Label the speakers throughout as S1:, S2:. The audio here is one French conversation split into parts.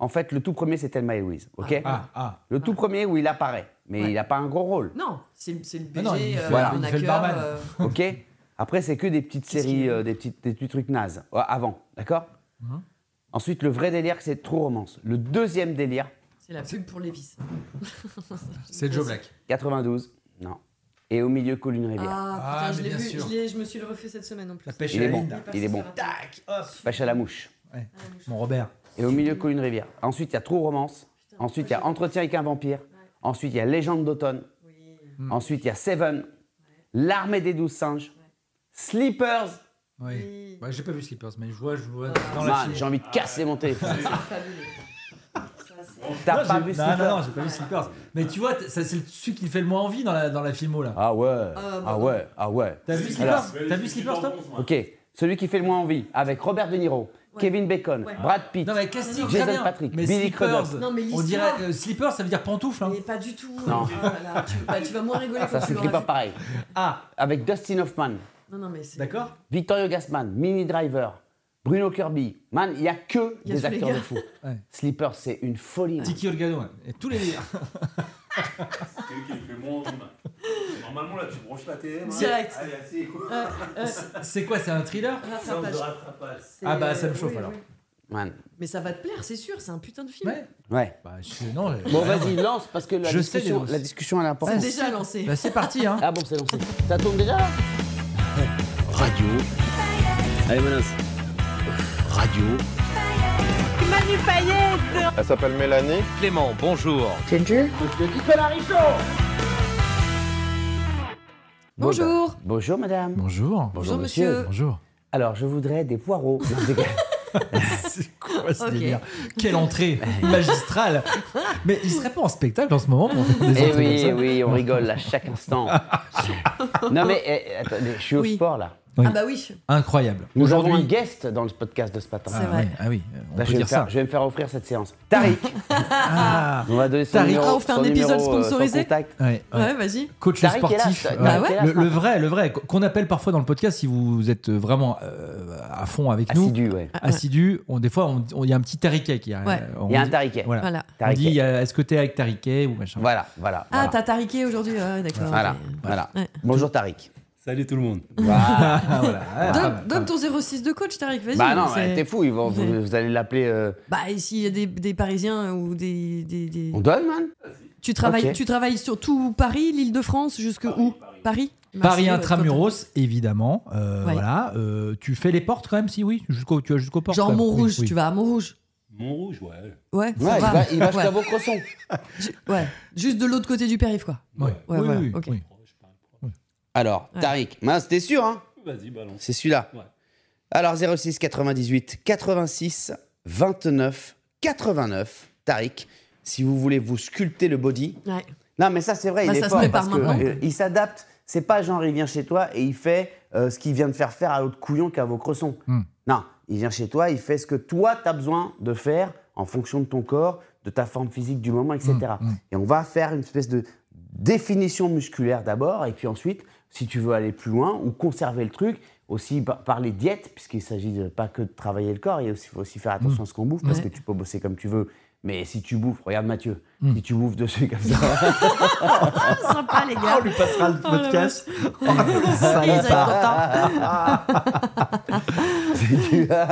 S1: En fait, le tout premier, c'est Thelma et Louise. ok
S2: Ah, ah.
S1: Le tout premier où il apparaît, mais
S3: Ouais.
S1: il n'a pas un gros rôle.
S3: Non, c'est c'est le BG,
S2: Ah Non, non, il
S3: euh,
S2: fait-
S1: voilà,
S3: on
S2: il
S3: a
S2: fait le
S3: cœur,
S2: barman.
S3: euh,
S1: Ok Après, c'est que des petites
S3: Qu'est-ce
S1: séries,
S3: qu'il-
S1: euh, des, petites, des petits trucs nazes euh, avant, d'accord Ensuite, le vrai délire, c'est trop romance. Le deuxième délire,
S3: c'est la pub pour Lévis.
S2: C'est Joe Black.
S1: 92, non. Et au milieu, Colline Rivière.
S3: Ah,
S2: Ah,
S3: putain, je
S2: mais
S3: l'ai
S2: bien
S3: vu,
S2: sûr.
S3: je, l'ai- je me suis le refait cette semaine en plus.
S2: La pêche
S1: il
S2: à
S1: est
S2: la
S1: bon, Ah,
S2: ligne.
S1: il est bon.
S2: Tac, hop.
S1: Pêche à la mouche.
S2: Ouais. Mon Robert.
S1: Et au milieu, Colline Rivière. Ensuite, il y a True Romance. Ensuite, il y a Entretien avec un vampire. Ensuite, il y a Légende d'automne. Ensuite, il y a Seven. L'armée des douze singes. Sleepers.
S2: Oui. Ouais, j'ai pas vu Slippers, mais je vois, je vois dans la
S1: Man,
S2: file.
S1: j'ai envie de casser mon téléphone.
S3: Fabuleux. Ça, Ah, c'est-
S1: T'as
S2: Non,
S1: pas
S2: j'ai-
S1: vu
S2: non,
S1: Sleepers
S2: Non, non, j'ai pas vu Slippers. Mais tu vois, t- ça, c'est le- celui qui fait le moins envie dans la, dans la filmo, là.
S1: Ah ouais.
S3: bah
S1: ah
S3: non.
S1: ouais. Ah ouais.
S2: T'as vu
S1: Alors,
S2: Slippers T'as vu Slippers, toi
S1: Ok. Celui qui fait le moins envie, avec Robert De Niro, Kevin Bacon,
S3: Ouais.
S1: Brad Pitt.
S2: Non, mais casting,
S1: Jason
S2: très bien.
S1: Patrick,
S2: mais
S1: Billy
S2: Slippers,
S1: Crudup.
S3: Non, mais
S2: on dirait,
S3: l'histoire-
S2: euh, Slippers, ça veut dire pantoufle. Hein.
S3: Mais pas du tout.
S1: Non.
S3: Oh là là, tu, bah, tu vas moins rigoler
S1: Ça
S3: quand tu
S1: s'écrit
S3: l'auras
S1: pas
S3: vu.
S1: pareil.
S2: Ah,
S1: Avec Dustin Hoffman,
S3: Non, non, mais c'est.
S2: d'accord
S1: Victorio Gassman, Mini Driver, Bruno Kirby. Man, il n'y a que
S3: Il y a
S1: des
S3: tous les
S1: acteurs de
S3: gars.
S1: fou.
S2: Ouais.
S1: Sleepers, c'est une folie. man.
S2: Tiki Olgado, ouais. Et tous les délires.
S4: Celui qui le fait moins envie, Mac. Normalement, là, tu branches la TM. hein.
S3: Direct.
S4: Allez, assez, quoi.
S3: Euh, euh,
S2: C'est quoi, c'est un thriller
S4: Séance de
S3: rattrapage.
S4: rattrapage.
S3: C'est-
S2: Ah bah, ça me
S3: oui,
S2: chauffe,
S3: oui.
S2: alors.
S1: Man.
S3: Mais ça va te plaire, c'est sûr, c'est un putain de film.
S2: Ouais.
S1: Ouais.
S2: Bah, je, non, j'ai-
S1: Bon,
S2: rien,
S1: vas-y,
S2: moi.
S1: lance parce que la,
S2: Je sais les
S1: discussion,
S2: lances.
S1: la discussion elle est importante.
S3: Déjà lancé.
S2: Bah, c'est parti, hein.
S1: Ah bon, c'est lancé. Ça tourne déjà là Radio. Allez, menace. Radio.
S5: Elle s'appelle Mélanie.
S6: Clément, bonjour.
S3: Bonjour.
S1: bah, Bonjour, madame.
S2: Bonjour.
S3: Bonjour, monsieur.
S2: Bonjour.
S1: Alors, je voudrais des poireaux. Non, je déconne.
S2: Ah, C'est quoi ce
S3: Ok.
S2: délire Quelle entrée magistrale Mais il serait pas en spectacle en ce moment pour faire des
S1: Eh
S2: entrées
S1: oui,
S2: comme ça
S1: oui, on rigole à chaque instant. non mais eh, attendez, je suis au
S3: Oui.
S1: sport là.
S2: Oui.
S3: Ah bah oui.
S2: Incroyable.
S1: Nous avons un guest dans le podcast de ce matin.
S3: C'est
S2: Ah,
S3: vrai.
S2: oui, ah oui, euh, on
S1: Là,
S2: peut
S1: Bah, je, vais me
S2: dire ça.
S1: faire, je vais me faire offrir cette séance. Tariq,
S2: Ah,
S1: on va donner son
S2: Tariq.
S1: numéro.
S3: Ah, on fait un
S1: son
S3: épisode
S1: numéro, euh, son
S3: sponsorisé
S1: contact.
S2: ouais, ouais.
S3: Ouais, vas-y.
S2: Coach
S1: Tariq est là,
S2: sportif,
S1: Tariq
S3: Bah
S2: ouais.
S3: ouais.
S1: est là
S2: le,
S1: ce matin.
S2: le vrai, le vrai, qu'on appelle parfois dans le podcast si vous êtes vraiment euh, à fond avec
S3: Ah,
S2: nous,
S1: Assidu, ouais.
S2: assidu, on, des fois on- on- il y a un petit tariquet qui arrive. Euh,
S3: Ouais.
S2: On
S1: Il y a un
S2: dit-
S1: Tariq.
S2: Voilà.
S3: Voilà.
S2: On
S1: Tariq.
S2: dit euh, est-ce que t'es avec tariquet ou machin.
S1: Voilà, voilà.
S3: Ah,
S1: voilà.
S3: t'as tariqué aujourd'hui, ouais, d'accord.
S1: Voilà,
S3: ok.
S1: voilà.
S3: Ouais.
S1: Bonjour Tariq.
S7: Salut tout le monde.
S1: Voilà.
S2: Ah, voilà. Ah, pas mal,
S3: Donne,
S2: pas
S3: donne
S2: mal.
S3: ton 06 de coach, Tariq, vas-y.
S1: bah non,
S3: c'est-
S1: ouais, t'es fou, ils vont,
S3: Ouais.
S1: vous, vous allez l'appeler. euh,
S3: Bah, et s'il y a des, des Parisiens ou des. des- des-
S1: On donne, man
S3: Tu, travailles,
S1: Ok.
S3: tu travailles sur tout Paris, l'île de France, jusque où Paris,
S2: Paris
S3: Marseille, euh, ouais,
S2: intramuros, évidemment. Euh,
S3: Ouais.
S2: Voilà. Euh, tu fais les portes quand même, si oui. Jusqu'au, tu vas jusqu'aux
S3: total.
S2: portes.
S3: Genre
S2: quand même.
S3: Montrouge,
S2: Oui, oui.
S3: tu vas à Montrouge.
S7: Montrouge, ouais.
S3: Ouais,
S1: Ouais,
S3: ça
S1: il va, il va
S3: ouais.
S1: jusqu'à Vaucresson.
S3: ouais. juste de l'autre côté du périph', quoi.
S2: Ouais.
S3: Ouais,
S2: Oui,
S3: voilà,
S2: oui, oui,
S3: ok.
S2: oui.
S7: Proche, pas
S1: Alors,
S3: Ouais.
S1: Tariq, mince, t'es sûr, hein
S7: proche. Vas-y, balance.
S1: C'est celui-là.
S7: Ouais.
S1: Alors 06 98 86 29 89 Tariq, si vous voulez vous sculpter le body.
S3: Ouais.
S1: Non mais ça c'est vrai,
S3: Bah,
S1: il
S3: ça
S1: est
S3: se
S1: fort
S3: prépare
S1: parce que
S3: maintenant.
S1: euh, il s'adapte. C'est pas genre il vient chez toi et il fait euh, ce qu'il vient de faire faire à l'autre couillon qu'à vos cressons.
S2: Hmm.
S1: Non, il vient chez toi, il fait ce que toi t'as besoin de faire en fonction de ton corps, de ta forme physique du moment, etc.
S2: Mm, mm.
S1: Et on va faire une espèce de définition musculaire d'abord, et puis ensuite, si tu veux aller plus loin ou conserver le truc, aussi par, par les diètes, puisqu'il s'agit de- pas que de travailler le corps, il aussi- faut aussi faire attention à ce qu'on bouffe, parce
S3: Ouais.
S1: que tu peux bosser comme tu veux. Mais si tu bouffes, regarde Mathieu,
S2: Mm.
S1: si tu bouffes dessus comme ça,
S3: Ah, sympa, les gars.
S2: On lui passera le
S3: Oh, la
S2: podcast.
S3: Ils allaient être contents.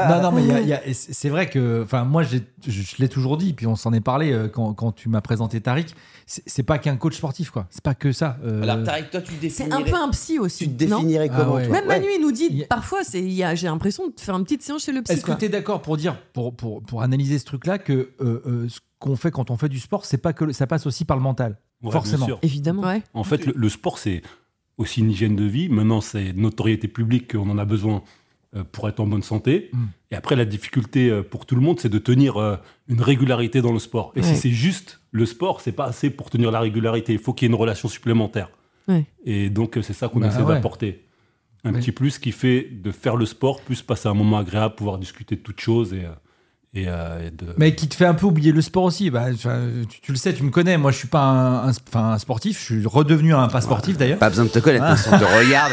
S2: Non, non, mais il y a- il y a- et c'est c'est vrai que, enfin, moi, j'ai- je, je l'ai toujours dit, puis on s'en est parlé euh, quand, quand tu m'as présenté Tariq. C'est c'est pas qu'un coach sportif, quoi. C'est pas que ça. euh,
S1: alors Tariq, toi tu
S3: C'est un peu un psy aussi.
S1: tu te
S3: non
S1: définirais
S2: Ah
S1: comment
S2: ouais.
S1: toi
S3: Même Manu, il nous
S2: Il y
S3: dit
S2: a-
S3: parfois, c'est- il y a- j'ai l'impression de faire une petite séance chez le psy.
S2: Est-ce que
S3: quoi.
S2: tu es d'accord pour dire, pour, pour, pour analyser ce truc-là, que euh, euh, ce qu'on fait quand on fait du sport, c'est pas que le- ça passe aussi par le mental
S7: Ouais,
S2: Forcément.
S7: bien sûr.
S3: Évidemment. Ouais.
S7: En fait, le, le sport, c'est aussi une hygiène de vie. Maintenant, c'est notoriété publique qu'on en a besoin euh, pour être en bonne santé.
S2: Mm.
S7: Et après, la difficulté euh, pour tout le monde, c'est de tenir euh, une régularité dans le sport. Et
S3: Ouais.
S7: si c'est juste le sport, c'est pas assez pour tenir la régularité. Il faut qu'il y ait une relation supplémentaire.
S3: Ouais.
S7: Et donc, euh, c'est ça qu'on
S2: Bah
S7: essaie
S2: ouais.
S7: d'apporter. Un
S2: Mais-
S7: petit plus qui fait de faire le sport, plus passer un moment agréable, pouvoir discuter de toutes choses et, euh, et, euh, et de.
S2: Mais qui te fait un peu oublier le sport aussi. Bah, tu, tu le sais, tu me connais. Moi, je suis pas un, un sp- enfin, un sportif. Je suis redevenu un pas sportif d'ailleurs.
S1: Pas besoin de te connaître, parce qu'on te regarde.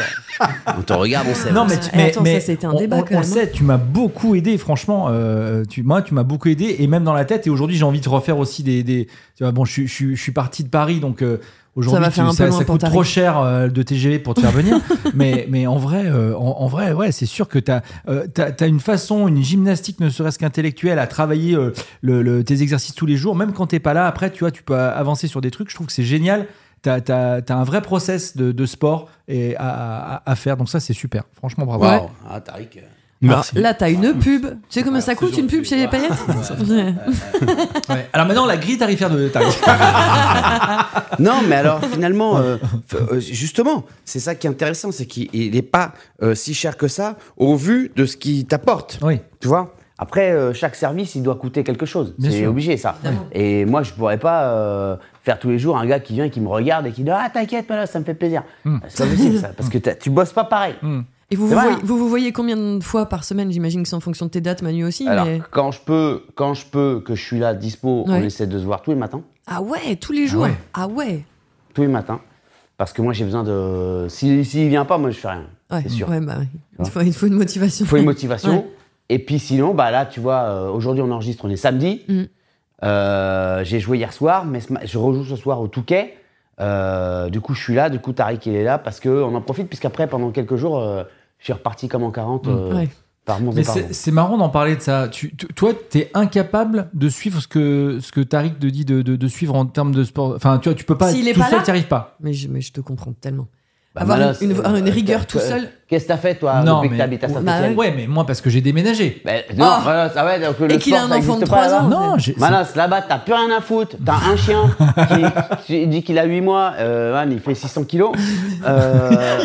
S1: On te regarde, on sait.
S2: Non,
S3: vrai,
S2: mais,
S3: ça.
S2: tu-
S3: Eh,
S2: mais,
S3: attends, ça,
S2: mais
S3: c'était un
S2: on-
S3: débat,
S2: on-
S3: quand
S2: on
S3: même, hein.
S2: le sait, tu m'as beaucoup aidé, franchement. euh, tu, moi, tu m'as beaucoup aidé, et même dans la tête. Et aujourd'hui, j'ai envie de refaire aussi des. des- tu vois, bon, je, suis- je suis- je suis parti de Paris, donc euh, aujourd'hui,
S3: Ça va
S2: tu-
S3: faire un peu
S2: ça,
S3: loin
S2: ça
S3: pour
S2: coûte trop
S3: t'arriver.
S2: cher euh, de TGV pour te faire venir. mais, mais en vrai, euh, en, en vrai, ouais, c'est sûr que tu as, une façon, une gymnastique, ne serait-ce qu'intellectuelle, à travailler euh, le- le- tes exercices tous les jours, même quand t'es pas là. Après, tu vois, tu peux avancer sur des trucs. Je trouve que c'est génial. T'as as, un vrai process de, de sport et à, à- à faire, donc ça c'est super. Franchement, bravo.
S3: Ouais.
S1: Waouh. Ah, Tariq. euh,
S7: Merci.
S3: Là, t'as
S2: Ah,
S3: une pub. Tu sais combien ça
S4: c'est
S3: coûte une pub
S4: gentil,
S3: chez les
S4: voilà.
S3: paillettes
S2: Ouais. Alors maintenant, la grille tarifaire de Tariq.
S1: Non, mais alors finalement, euh, f- euh, justement, c'est ça qui est intéressant, c'est qu'il n'est pas euh, si cher que ça au vu de ce qu'il t'apporte.
S2: oui.
S1: Tu vois Après, euh, chaque service, il doit coûter quelque chose.
S2: Bien
S1: C'est
S2: sûr.
S1: obligé, ça.
S3: Évidemment.
S1: Et moi, je pourrais pas euh, faire tous les jours un gars qui vient et qui me regarde et qui dit Ah, t'inquiète, là, ça me fait plaisir.
S3: Hmm.
S1: Ah, C'est pas possible, ça, parce que t'as- tu bosses pas pareil.
S3: Et vous
S1: C'est
S3: vous,
S1: vrai,
S3: voyez,
S1: hein.
S3: vous vous voyez combien de fois par semaine J'imagine que c'est en fonction de tes dates, Manu aussi.
S1: Alors,
S3: mais-
S1: quand je peux, quand je peux, que je suis là, dispo, on
S3: Ouais.
S1: essaie de se voir tous les matins.
S3: Ah ouais, tous les jours.
S2: ouais.
S3: Ah ouais.
S1: Tous les matins. Parce que moi, j'ai besoin de. S'il si, vient pas, moi, je fais rien.
S3: Ouais,
S1: C'est sûr.
S3: ouais, bah, ouais.
S1: vois
S3: il, faut, il faut une motivation.
S1: Il faut une motivation.
S3: Ouais.
S1: Et puis sinon, bah là, tu vois, euh, aujourd'hui on enregistre, on est samedi.
S3: Mm.
S1: Euh, J'ai joué hier soir, mais ce ma- je rejoue ce soir au Touquet. Euh, du coup, je suis là, du coup, Tariq, il est là parce qu'on en profite, puisqu'après, pendant quelques jours, euh, je suis reparti comme en 40 euh,
S3: Mm. Ouais.
S1: par Mons et
S2: Mais
S1: par
S2: c'est c'est marrant d'en parler de ça. Tu, tu- toi, t'es incapable de suivre ce que, ce que Tariq te dit de, de- de suivre en termes de sport. Enfin, tu vois, tu peux pas.
S3: S'il est
S2: tout
S3: pas
S2: seul,
S3: là
S2: t'y arrives pas.
S3: Mais je, mais je te comprends tellement.
S1: Bah,
S3: Avoir
S1: Manos,
S3: une, une-
S1: euh,
S3: une rigueur tout
S1: euh,
S3: seul.
S1: Qu'est-ce que t'as fait, toi,
S3: Ah,
S2: Non,
S1: depuis que
S2: mais-
S1: t'habites à
S2: Bah,
S1: Saint-Etienne
S2: Ouais, mais moi, parce que j'ai déménagé.
S1: Non,
S3: Ah.
S1: Manos, ah ouais, donc le
S3: Et qu'il
S1: sport,
S3: a un
S1: ça
S3: enfant de
S1: existe pas
S3: 3
S1: là-bas
S3: ans.
S2: Non, j'ai- c'est-
S1: Manos, là-bas, t'as plus rien à foutre. T'as un chien qui, qui dit qu'il a 8 mois. Euh, man, il fait 600 kilos. Euh,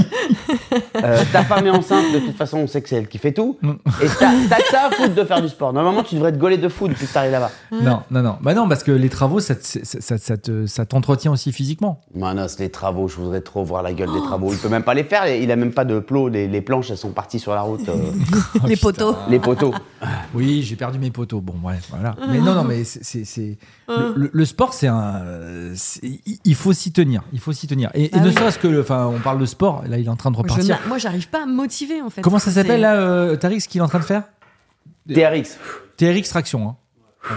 S1: euh, ta femme est enceinte. De toute façon, on sait que c'est elle qui fait tout. Et t'as t'as que ça à foutre de faire du sport. Normalement, tu devrais te gauler de fou depuis que t'arrives là-bas.
S3: Hein
S2: non, non, non. Bah non, parce que les travaux, ça, te- ça, ça- ça te- ça t'entretient aussi physiquement.
S1: Manos, les travaux, je voudrais trop voir la gueule des travaux. Il peut même pas les faire. Il a même pas de plot. Les, les planches, elles sont parties sur la route. euh,
S3: les poteaux.
S1: les poteaux.
S2: Oh, Oui, j'ai perdu mes poteaux. Bon, ouais, voilà. Mais non, non, mais c'est- c'est. c'est-
S3: Hein
S2: Le, le- le sport, c'est un. euh, c'est- il- Il faut s'y tenir. Il faut s'y tenir. Et, et
S3: Ah
S2: ne
S3: oui.
S2: serait-ce que. le- Enfin, on parle de sport. Là, il est en train de
S3: Je
S2: repartir.
S3: n'a- moi, j'arrive pas à me motiver en fait.
S2: Comment ça
S3: C'est-
S2: s'appelle là, euh, Tariq, ce qu'il est en train de faire
S1: TRX.
S2: TRX Traction. hein.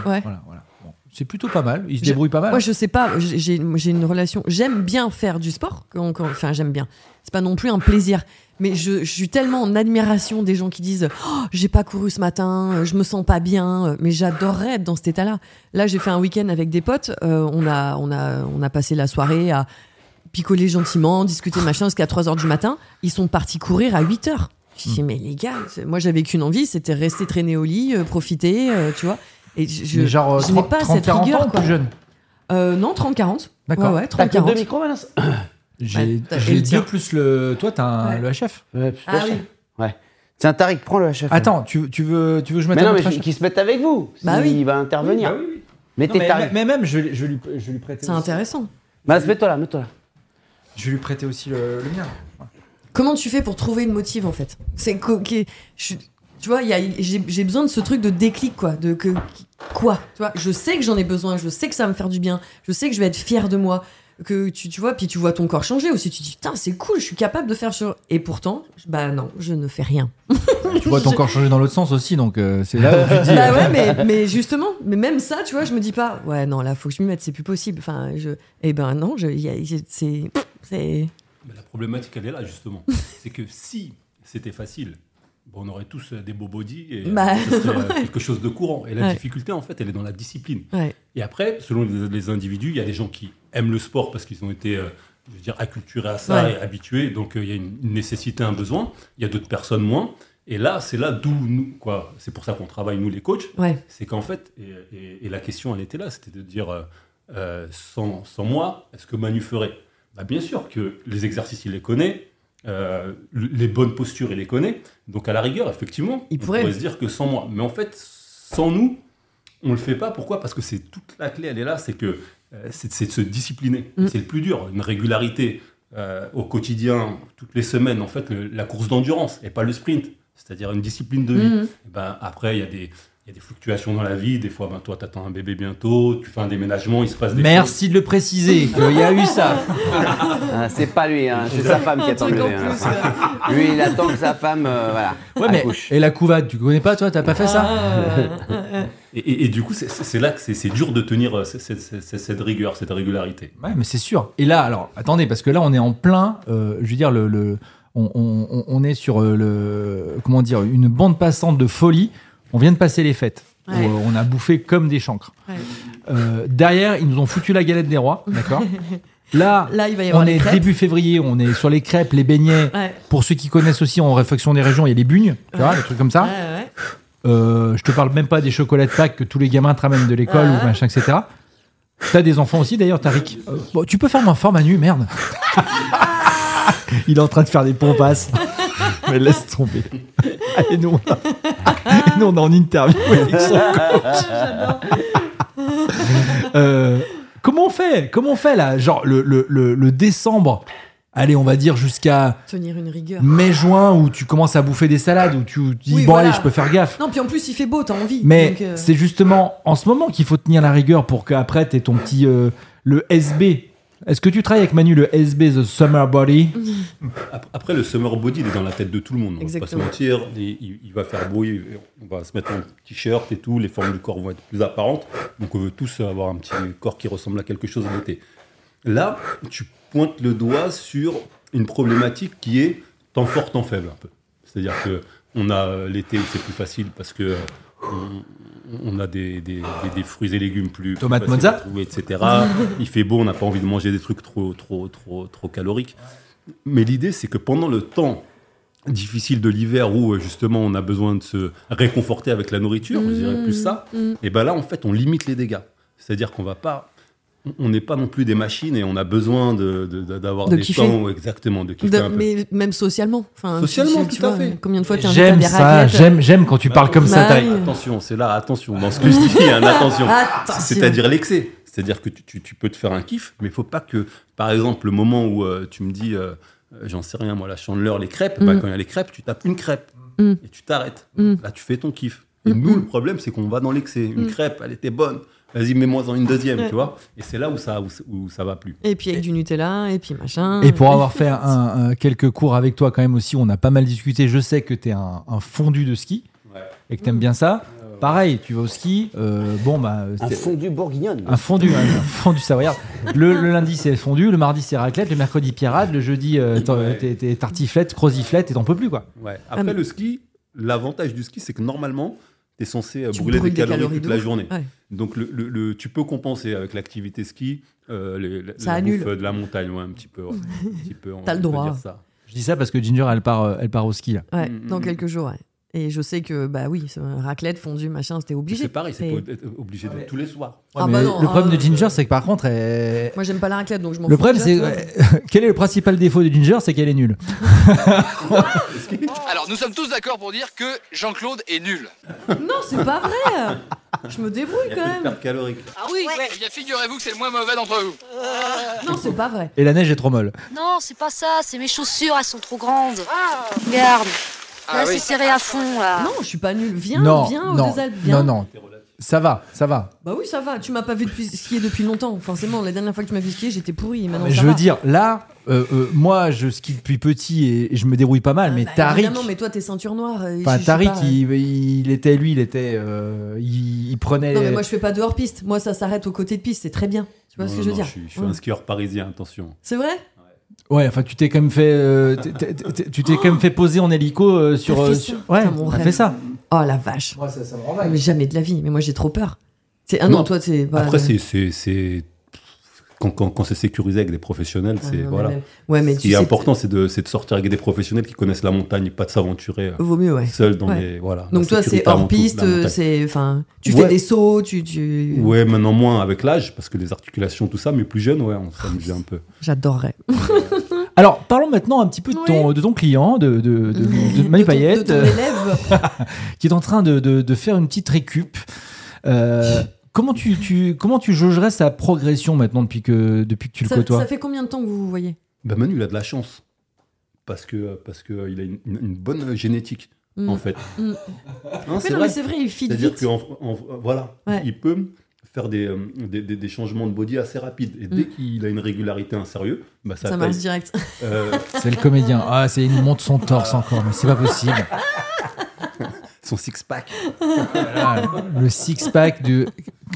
S3: Ouais.
S2: Voilà, voilà. Bon, C'est plutôt pas mal. Il se
S3: Je-
S2: débrouille pas mal.
S3: Moi, je sais pas. J'ai j'ai- moi, j'ai une relation. J'aime bien faire du sport. quand- quand- Enfin, j'aime bien. C'est pas non plus un plaisir. Mais je, je suis tellement en admiration des gens qui disent oh, J'ai pas couru ce matin, euh, je me sens pas bien. euh, Mais j'adorerais être dans cet état-là. Là, j'ai fait un week-end avec des potes. euh, on, a, on, a, on a passé la soirée à picoler gentiment, discuter machin jusqu'à 3 heures du matin. Ils sont partis courir à 8 heures. Je
S2: Hmm.
S3: dis Mais les gars, c'est- moi, j'avais qu'une envie c'était rester traîner au lit, euh, profiter, euh, tu vois. Et je, je-
S2: Mais genre euh,
S3: je n'ai
S2: 30,
S3: pas cette
S2: 40
S3: rigueur.
S2: ans
S3: quoi.
S2: plus jeune.
S3: Euh, non, 30-40.
S2: D'accord.
S3: Ouais, ouais,
S1: T'as que
S3: 30-40.
S1: deux micros, Manos
S2: J'ai
S3: t'as-
S2: j'ai
S3: et le
S2: le
S3: tien.
S2: deux plus le. Toi, t'as un-
S3: Ouais.
S2: le HF.
S1: Ouais, putain,
S3: Ah
S1: chef.
S3: oui.
S1: Ouais. Tiens, Tariq, prends le HF.
S2: Attends, tu, tu veux, tu veux que je mette
S1: Mais
S2: un
S1: non, mais
S2: autre
S1: je-
S2: HF?
S1: qu'il se mette avec vous.
S3: Bah
S1: s'il
S3: oui.
S1: va intervenir.
S2: Non,
S1: Mettez
S2: mais,
S1: Tariq.
S2: mais même, je, je, lui, je lui prêtais.
S3: C'est
S2: aussi-
S3: intéressant.
S1: Manos, Bah, mets-toi là, mets-toi là.
S2: Je vais lui prêter aussi le, le mien.
S3: Comment tu fais pour trouver une motive en fait C'est co- qui- je suis- tu vois, il y a- j'ai j'ai besoin de ce truc de déclic quoi, de que qui- quoi, tu vois Je sais que j'en ai besoin, je sais que ça va me faire du bien, je sais que je vais être fier de moi, que tu, tu vois, puis tu vois ton corps changer aussi, tu te dis putain c'est cool, je suis capable de faire sur et pourtant je- bah non, je ne fais rien.
S2: Tu vois, t'as encore changé dans l'autre sens aussi, donc euh, c'est là où tu dis.
S3: Bah ouais, mais, mais justement, mais même ça, tu vois, je me dis pas, ouais, non, là, faut que je m'y mette, c'est plus possible. Enfin, je, eh ben non, je, il y a- il- c'est, c'est,
S7: Mais la problématique, elle est là, justement. c'est que si c'était facile, bon, on aurait tous euh, des beaux body et euh,
S3: Bah,
S7: ça serait, euh, quelque chose de courant. Et la
S3: Ouais.
S7: difficulté, en fait, elle est dans la discipline.
S3: ouais.
S7: Et après, selon les, les individus, il y a des gens qui aiment le sport parce qu'ils ont été, euh, je veux dire, acculturés à ça
S3: Ouais.
S7: et habitués. Donc, euh, il y a une, une nécessité, un besoin. Il y a d'autres personnes moins. Et là, c'est là d'où nous, quoi. C'est pour ça qu'on travaille, nous, les coachs.
S3: Ouais.
S7: C'est qu'en fait, et, et- et la question, elle était là, c'était de dire, euh, euh, sans, sans moi, est-ce que Manu ferait bah, Bien sûr que les exercices, il les connaît, euh, les bonnes postures, il les connaît. Donc à la rigueur, effectivement,
S3: Il
S7: on
S3: pourrait.
S7: se dire que sans moi. Mais en fait, sans nous, on le fait pas. Pourquoi Parce que c'est toute la clé, elle est là, c'est que euh, c'est c'est de se discipliner.
S3: Mm.
S7: C'est le plus dur. Une régularité euh, au quotidien, toutes les semaines, en fait, le- la course d'endurance et pas le sprint, c'est-à-dire une discipline de vie.
S3: Mhm.
S7: Et ben, après, il y a des... il y a des fluctuations dans la vie, des fois, ben, toi, t'attends un bébé bientôt, tu fais un déménagement, il se passe des choses.
S2: Merci de le préciser, qu'il y a eu ça.
S1: Ah, c'est pas lui, hein, c'est sa femme qui
S3: Un
S1: attend
S3: truc
S1: le
S3: en
S1: bébé.
S7: euh,
S1: hein.
S3: plus. euh, quoi.
S1: Lui, il attend que sa femme euh, voilà,
S2: Ouais, mais,
S1: accouche.
S2: Ah, et la couvade, tu connais pas, toi, t'as pas fait ça
S3: Ah, euh, euh,
S7: Et, et- et du coup, c'est- c'est c'est là que c'est c'est dur de tenir euh, c- c- c- c- cette rigueur, cette régularité.
S2: Ouais, mais c'est sûr. Et là, alors, attendez, parce que là, on est en plein, euh, je veux dire, le, le- on, on- on est sur euh, le, comment dire, une bande passante de folie. On vient de passer les fêtes.
S3: Ouais.
S2: où, euh, on a bouffé comme des chancres.
S3: ouais.
S2: Euh, derrière, ils nous ont foutu la galette des rois, d'accord Là,
S3: Là, il va y
S2: on
S3: avoir les
S2: est
S3: crêpes.
S2: début février, on est sur les crêpes, les beignets.
S3: Ouais.
S2: Pour ceux qui connaissent aussi, en réflexion des régions, il y a les bugnes, tu vois,
S3: Ouais.
S2: des trucs comme ça.
S3: Ouais, ouais.
S2: Euh, je te parle même pas des chocolats de Pâques que tous les gamins te ramènent de l'école
S3: Ouais.
S2: ou machin, etc. T'as des enfants aussi d'ailleurs, Tariq. Euh, bon, tu peux faire ma forme à nu, merde. Il est en train de faire des pompasses. Mais laisse tomber. Et nous, on a- et nous, on est en interview avec son coach. Euh, comment on fait Comment on fait là Genre le, le- le- le décembre, allez, on va dire jusqu'à
S3: Tenir une rigueur.
S2: mai-juin où tu commences à bouffer des salades, où tu dis
S3: Oui,
S2: bon,
S3: voilà.
S2: allez, je peux faire gaffe.
S3: Non, puis en plus, il fait beau, t'as envie.
S2: Mais
S3: Donc, euh,
S2: c'est justement en ce moment qu'il faut tenir la rigueur pour qu'après t'aies ton petit euh, le SB. Est-ce que tu travailles avec Manu le SB the Summer Body
S7: Ap- Après, le summer body, il est dans la tête de tout le monde. On va pas se
S3: Exactement.
S7: mentir. Il, il- il va faire beau, il- on va se mettre en t-shirt et tout. Les formes du corps vont être plus apparentes. Donc, on veut tous avoir un petit corps qui ressemble à quelque chose à l'été. Là, tu pointes le doigt sur une problématique qui est temps fort, temps faible un peu. C'est-à-dire que on a euh, l'été où c'est plus facile parce que euh, on, on a des, des- des- des fruits et légumes plus plus
S2: Tomate
S7: faciles
S2: mozza.
S7: à trouver, etc. Il fait beau, on n'a pas envie de manger des trucs trop trop trop trop caloriques. Mais l'idée, c'est que pendant le temps difficile de l'hiver où euh, justement on a besoin de se réconforter avec la nourriture, je
S3: Mmh,
S7: dirais plus ça, et ben là en fait on limite les dégâts. C'est-à-dire qu'on va pas, on- on n'est pas non plus des machines et on a besoin de- de- de- d'avoir
S3: De
S7: des
S3: kiffer.
S7: temps exactement de kiffer
S3: de-
S7: un peu.
S3: mais même socialement. Enfin,
S7: Socialement,
S3: tu, tu
S7: tout à
S3: vois,
S7: fait.
S3: Combien de fois t'es invité à
S2: J'aime
S3: des
S2: ça,
S3: raclettes
S2: j'aime j'aime quand tu parles comme ça.
S3: Bah
S2: t'as-
S3: oui.
S7: Attention, c'est là, attention. Dans ce que je dis, il y a un attention.
S3: Ah, euh, Attention.
S7: Ah, C'est-à-dire l'excès. C'est-à-dire que tu, tu- tu peux te faire un kiff, mais il faut pas que, par exemple, le moment où euh, tu me dis, euh, euh, j'en sais rien, moi, la chandeleur, les crêpes, bah,
S3: Mm.
S7: quand il y a les crêpes, tu tapes une crêpe
S3: Mm.
S7: et tu t'arrêtes.
S3: Mm.
S7: Là, tu fais ton kiff. Et nous, le problème, c'est qu'on va dans l'excès. Une crêpe, elle était bonne. Vas-y, mets-moi en une deuxième, tu vois. Et c'est là où ça, où, où ça va plus.
S3: Et puis avec du Nutella, et puis machin.
S2: Et pour avoir fait un, un- quelques cours avec toi quand même aussi, on a pas mal discuté. Je sais que t'es un, un fondu de ski
S7: Ouais.
S2: et que t'aimes bien ça. Pareil, tu vas au ski. euh, bon bah
S1: Un
S2: c'est-
S1: fondu bourguignonne.
S2: Un fondu, hein, un fondu savoyard. Le, le lundi, c'est fondu, le mardi, c'est raclette, le mercredi, pirate, le jeudi, euh, t'en-
S7: Ouais.
S2: t'es- t'es tartiflette, croziflette, et t'en peux plus, quoi.
S7: Ouais. Après,
S3: Ah, mais-
S7: le ski, l'avantage du ski, c'est que normalement, tu es censé euh,
S3: Tu
S7: brûler des
S3: brûles des
S7: calories,
S3: calories
S7: toute
S3: de
S7: la
S3: ouf.
S7: journée.
S3: Ouais.
S7: Donc, le, le- le- tu peux compenser avec l'activité ski, euh, les- la,
S3: Ça
S7: la
S3: annule.
S7: bouffe, euh, de la montagne, ouais, un petit peu. ouais. Un petit peu, on
S3: T'as le
S7: peut
S3: droit.
S7: dire ça.
S2: Je dis ça parce que Ginger, elle part, euh, elle part au ski, là.
S3: Ouais,
S7: Mm,
S3: dans
S7: mm,
S3: quelques jours, ouais. Et je sais que, bah oui, c'est- raclette, fondue, machin, c'était
S7: Mais
S3: obligé.
S7: C'est pareil, c'est
S3: Mais-
S7: pas être obligé de tous les soirs.
S3: Ah
S2: Mais
S3: bah non,
S2: le problème
S3: ah,
S2: de Ginger, c'est que par contre, elle-
S3: Moi, j'aime pas la raclette, donc je m'en
S2: le
S3: fous
S2: problème, c'est.
S3: déjà, tu vois.
S2: Quel est le principal défaut de Ginger C'est qu'elle est nulle.
S8: Alors, nous sommes tous d'accord pour dire que Jean-Claude est nul.
S3: Non, c'est pas vrai Je me débrouille
S7: Il y
S3: quand
S7: a peu de
S3: même
S7: pertes caloriques.
S8: Ah oui Eh bien, figurez-vous que c'est le moins mauvais d'entre vous.
S3: Non, c'est pas vrai
S2: Et la neige est trop molle.
S9: Non, c'est pas ça, c'est mes chaussures, elles sont trop grandes. Regarde,
S10: Ah
S9: là c'est serré à fond là.
S3: Non, je suis pas nulle. Viens,
S2: non,
S3: viens
S2: non,
S3: aux deux Alpes, viens.
S2: non, non. Ça va, ça va.
S3: Bah oui, ça va. Tu m'as pas vu depuis, skier depuis longtemps. Forcément, la dernière fois que tu m'as vu skier, j'étais pourrie. Maintenant,
S2: Mais
S3: ça
S2: je veux
S3: va.
S2: dire, là, euh, euh, moi, je skie depuis petit et, et je me débrouille pas mal, mais
S3: Bah,
S2: Tariq.
S3: évidemment, mais toi, t'es ceinture noire. euh,
S2: Enfin,
S3: je- je sais
S2: Tariq,
S3: pas, euh,
S2: il, il était, lui, il était, euh, il, il prenait.
S3: Non, mais moi, je fais pas de hors-piste. Moi, ça s'arrête aux côtés de piste. C'est très bien. Tu vois ce
S7: Non,
S3: que
S7: non,
S3: je veux
S7: non,
S3: dire
S7: suis, je suis
S3: Ouais.
S7: un skieur parisien, attention.
S3: C'est vrai
S2: Ouais, enfin, tu t'es quand même fait, euh, t'es- t'es- t'es- tu t'es quand même fait poser en hélico euh, sur,
S3: T'as fait
S2: euh,
S3: ça
S2: sur-
S3: Putain,
S2: ouais,
S3: mon
S2: t'as
S3: rêve.
S2: fait ça.
S3: Oh la vache.
S2: Moi, ça, me rend
S3: Ah, Mais jamais de la vie. Mais moi, j'ai trop peur. C'est... Ah non,
S7: Non.
S3: toi, t'es. bah,
S7: Après,
S3: euh,
S7: c'est- c'est. c'est- Quand, quand- quand c'est sécurisé avec des professionnels,
S3: ah,
S7: c'est.
S3: non, mais
S7: voilà.
S3: même- Ouais, mais
S7: Ce
S3: tu
S7: qui est
S3: sais,
S7: important, c'est de, c'est de sortir avec des professionnels qui connaissent la montagne, pas de s'aventurer. euh,
S3: Vaut mieux, ouais.
S7: seul dans
S3: Ouais.
S7: les voilà. la
S3: Donc toi,
S7: sécurité
S3: c'est
S7: avant
S3: hors
S7: tout,
S3: piste,
S7: la montagne.
S3: c'est enfin, tu
S7: Ouais.
S3: fais des sauts, tu, tu...
S7: Ouais, maintenant
S3: Ah,
S7: moins avec l'âge parce que les articulations tout ça, mais plus jeune, ouais, on s'amusait un peu.
S3: J'adorerais.
S2: Alors, parlons maintenant un petit peu de ton, de ton client, de, de, de, de Manu Payette, euh,
S3: ton élève.
S2: qui est en train de, de- de faire une petite récup. Euh, comment, tu, tu- comment tu jaugerais sa progression maintenant depuis que, depuis que tu le
S3: ça,
S2: côtoies
S3: ça fait combien de temps que vous vous voyez
S7: Bah, Manu, il a de la chance. Parce que parce que euh, il a une, une- une bonne génétique,
S3: Mm.
S7: en fait.
S3: Mm.
S7: Hein,
S3: Mais non, mais c'est vrai, il fit
S7: C'est-à-dire
S3: vite.
S7: que voilà,
S3: Ouais.
S7: il peut faire des, euh, des, des- des changements de body assez rapides. Et dès qu'il a une régularité, un sérieux, bah, ça,
S3: Mm. Ça
S7: paye.
S3: marche direct.
S7: Euh,
S2: C'est le comédien. Ah, c'est il monte son torse encore, mais c'est pas possible.
S7: son six-pack.
S2: Ah, le six-pack de.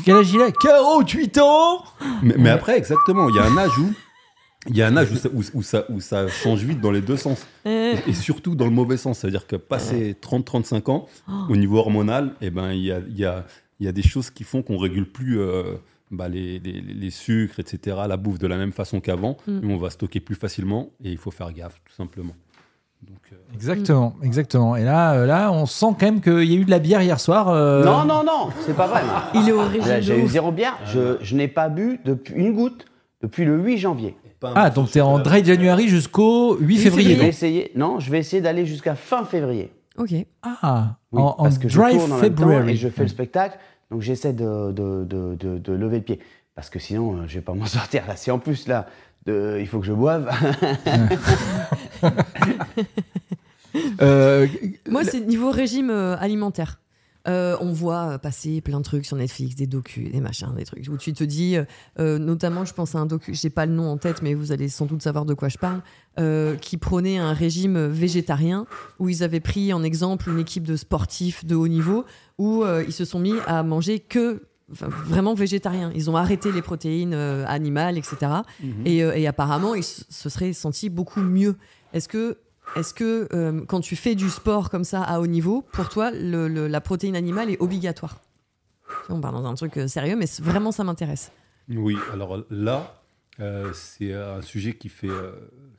S2: Quel âge il a 48 ans
S7: Mais, mais après, exactement, il y a un âge où. Il y a un âge où ça, où- où ça, où ça change vite dans les deux sens.
S3: Euh,
S7: Et surtout dans le mauvais sens. C'est-à-dire que passé 30-35 ans, au niveau hormonal, eh ben, il y, a, il y, a, il y a des choses qui font qu'on régule plus euh, bah, les, les- les sucres, etc., la bouffe de la même façon qu'avant.
S3: Mm.
S7: Et on va stocker plus facilement et il faut faire gaffe, tout simplement. Donc, euh,
S2: Exactement,
S3: Mm.
S2: exactement. Et là, euh, là, on sent quand même qu'il y a eu de la bière hier soir. euh,
S1: Non, non, non, c'est pas vrai. moi.
S2: Ah,
S3: il est au régime
S1: Là,
S3: de
S1: J'ai eu
S3: ouf.
S1: zéro bière. Je, je n'ai pas bu depuis une goutte depuis le 8 janvier.
S7: pas un
S2: Ah,
S7: morceau
S2: donc
S7: de
S2: t'es en
S7: chocolat.
S2: dry January jusqu'au 8 février.
S1: Je vais essayer. Non, je vais essayer d'aller jusqu'à fin février.
S3: Ok.
S2: Ah,
S1: Oui,
S2: en, en
S1: parce que
S2: dry
S1: je tourne en même temps
S2: February.
S1: et je fais le spectacle, donc j'essaie de, de, de, de- de lever le pied. Parce que sinon, euh, je vais pas m'en sortir. Là, si en plus, là, de- il faut que je boive.
S2: Euh,
S3: Moi, c'est niveau régime euh, alimentaire. Euh, on voit euh, passer plein de trucs sur Netflix, des docus, des machins, des trucs où tu te dis, euh, euh, notamment, je pense à un docu, j'ai pas le nom en tête, mais vous allez sans doute savoir de quoi je parle, euh, qui prenait un régime euh, végétarien où ils avaient pris en exemple une équipe de sportifs de haut niveau où euh, ils se sont mis à manger que enfin, vraiment végétarien. Ils ont arrêté les protéines euh, animales, etc. et, euh, et apparemment, ils s- se seraient sentis beaucoup mieux. Est-ce que est-ce que euh, quand tu fais du sport comme ça à haut niveau, pour toi, le- le- la protéine animale est obligatoire Tu vois, On part dans un truc euh, sérieux, mais c'est- vraiment, ça m'intéresse.
S7: Oui, alors là, euh, c'est un sujet qui, fait, euh,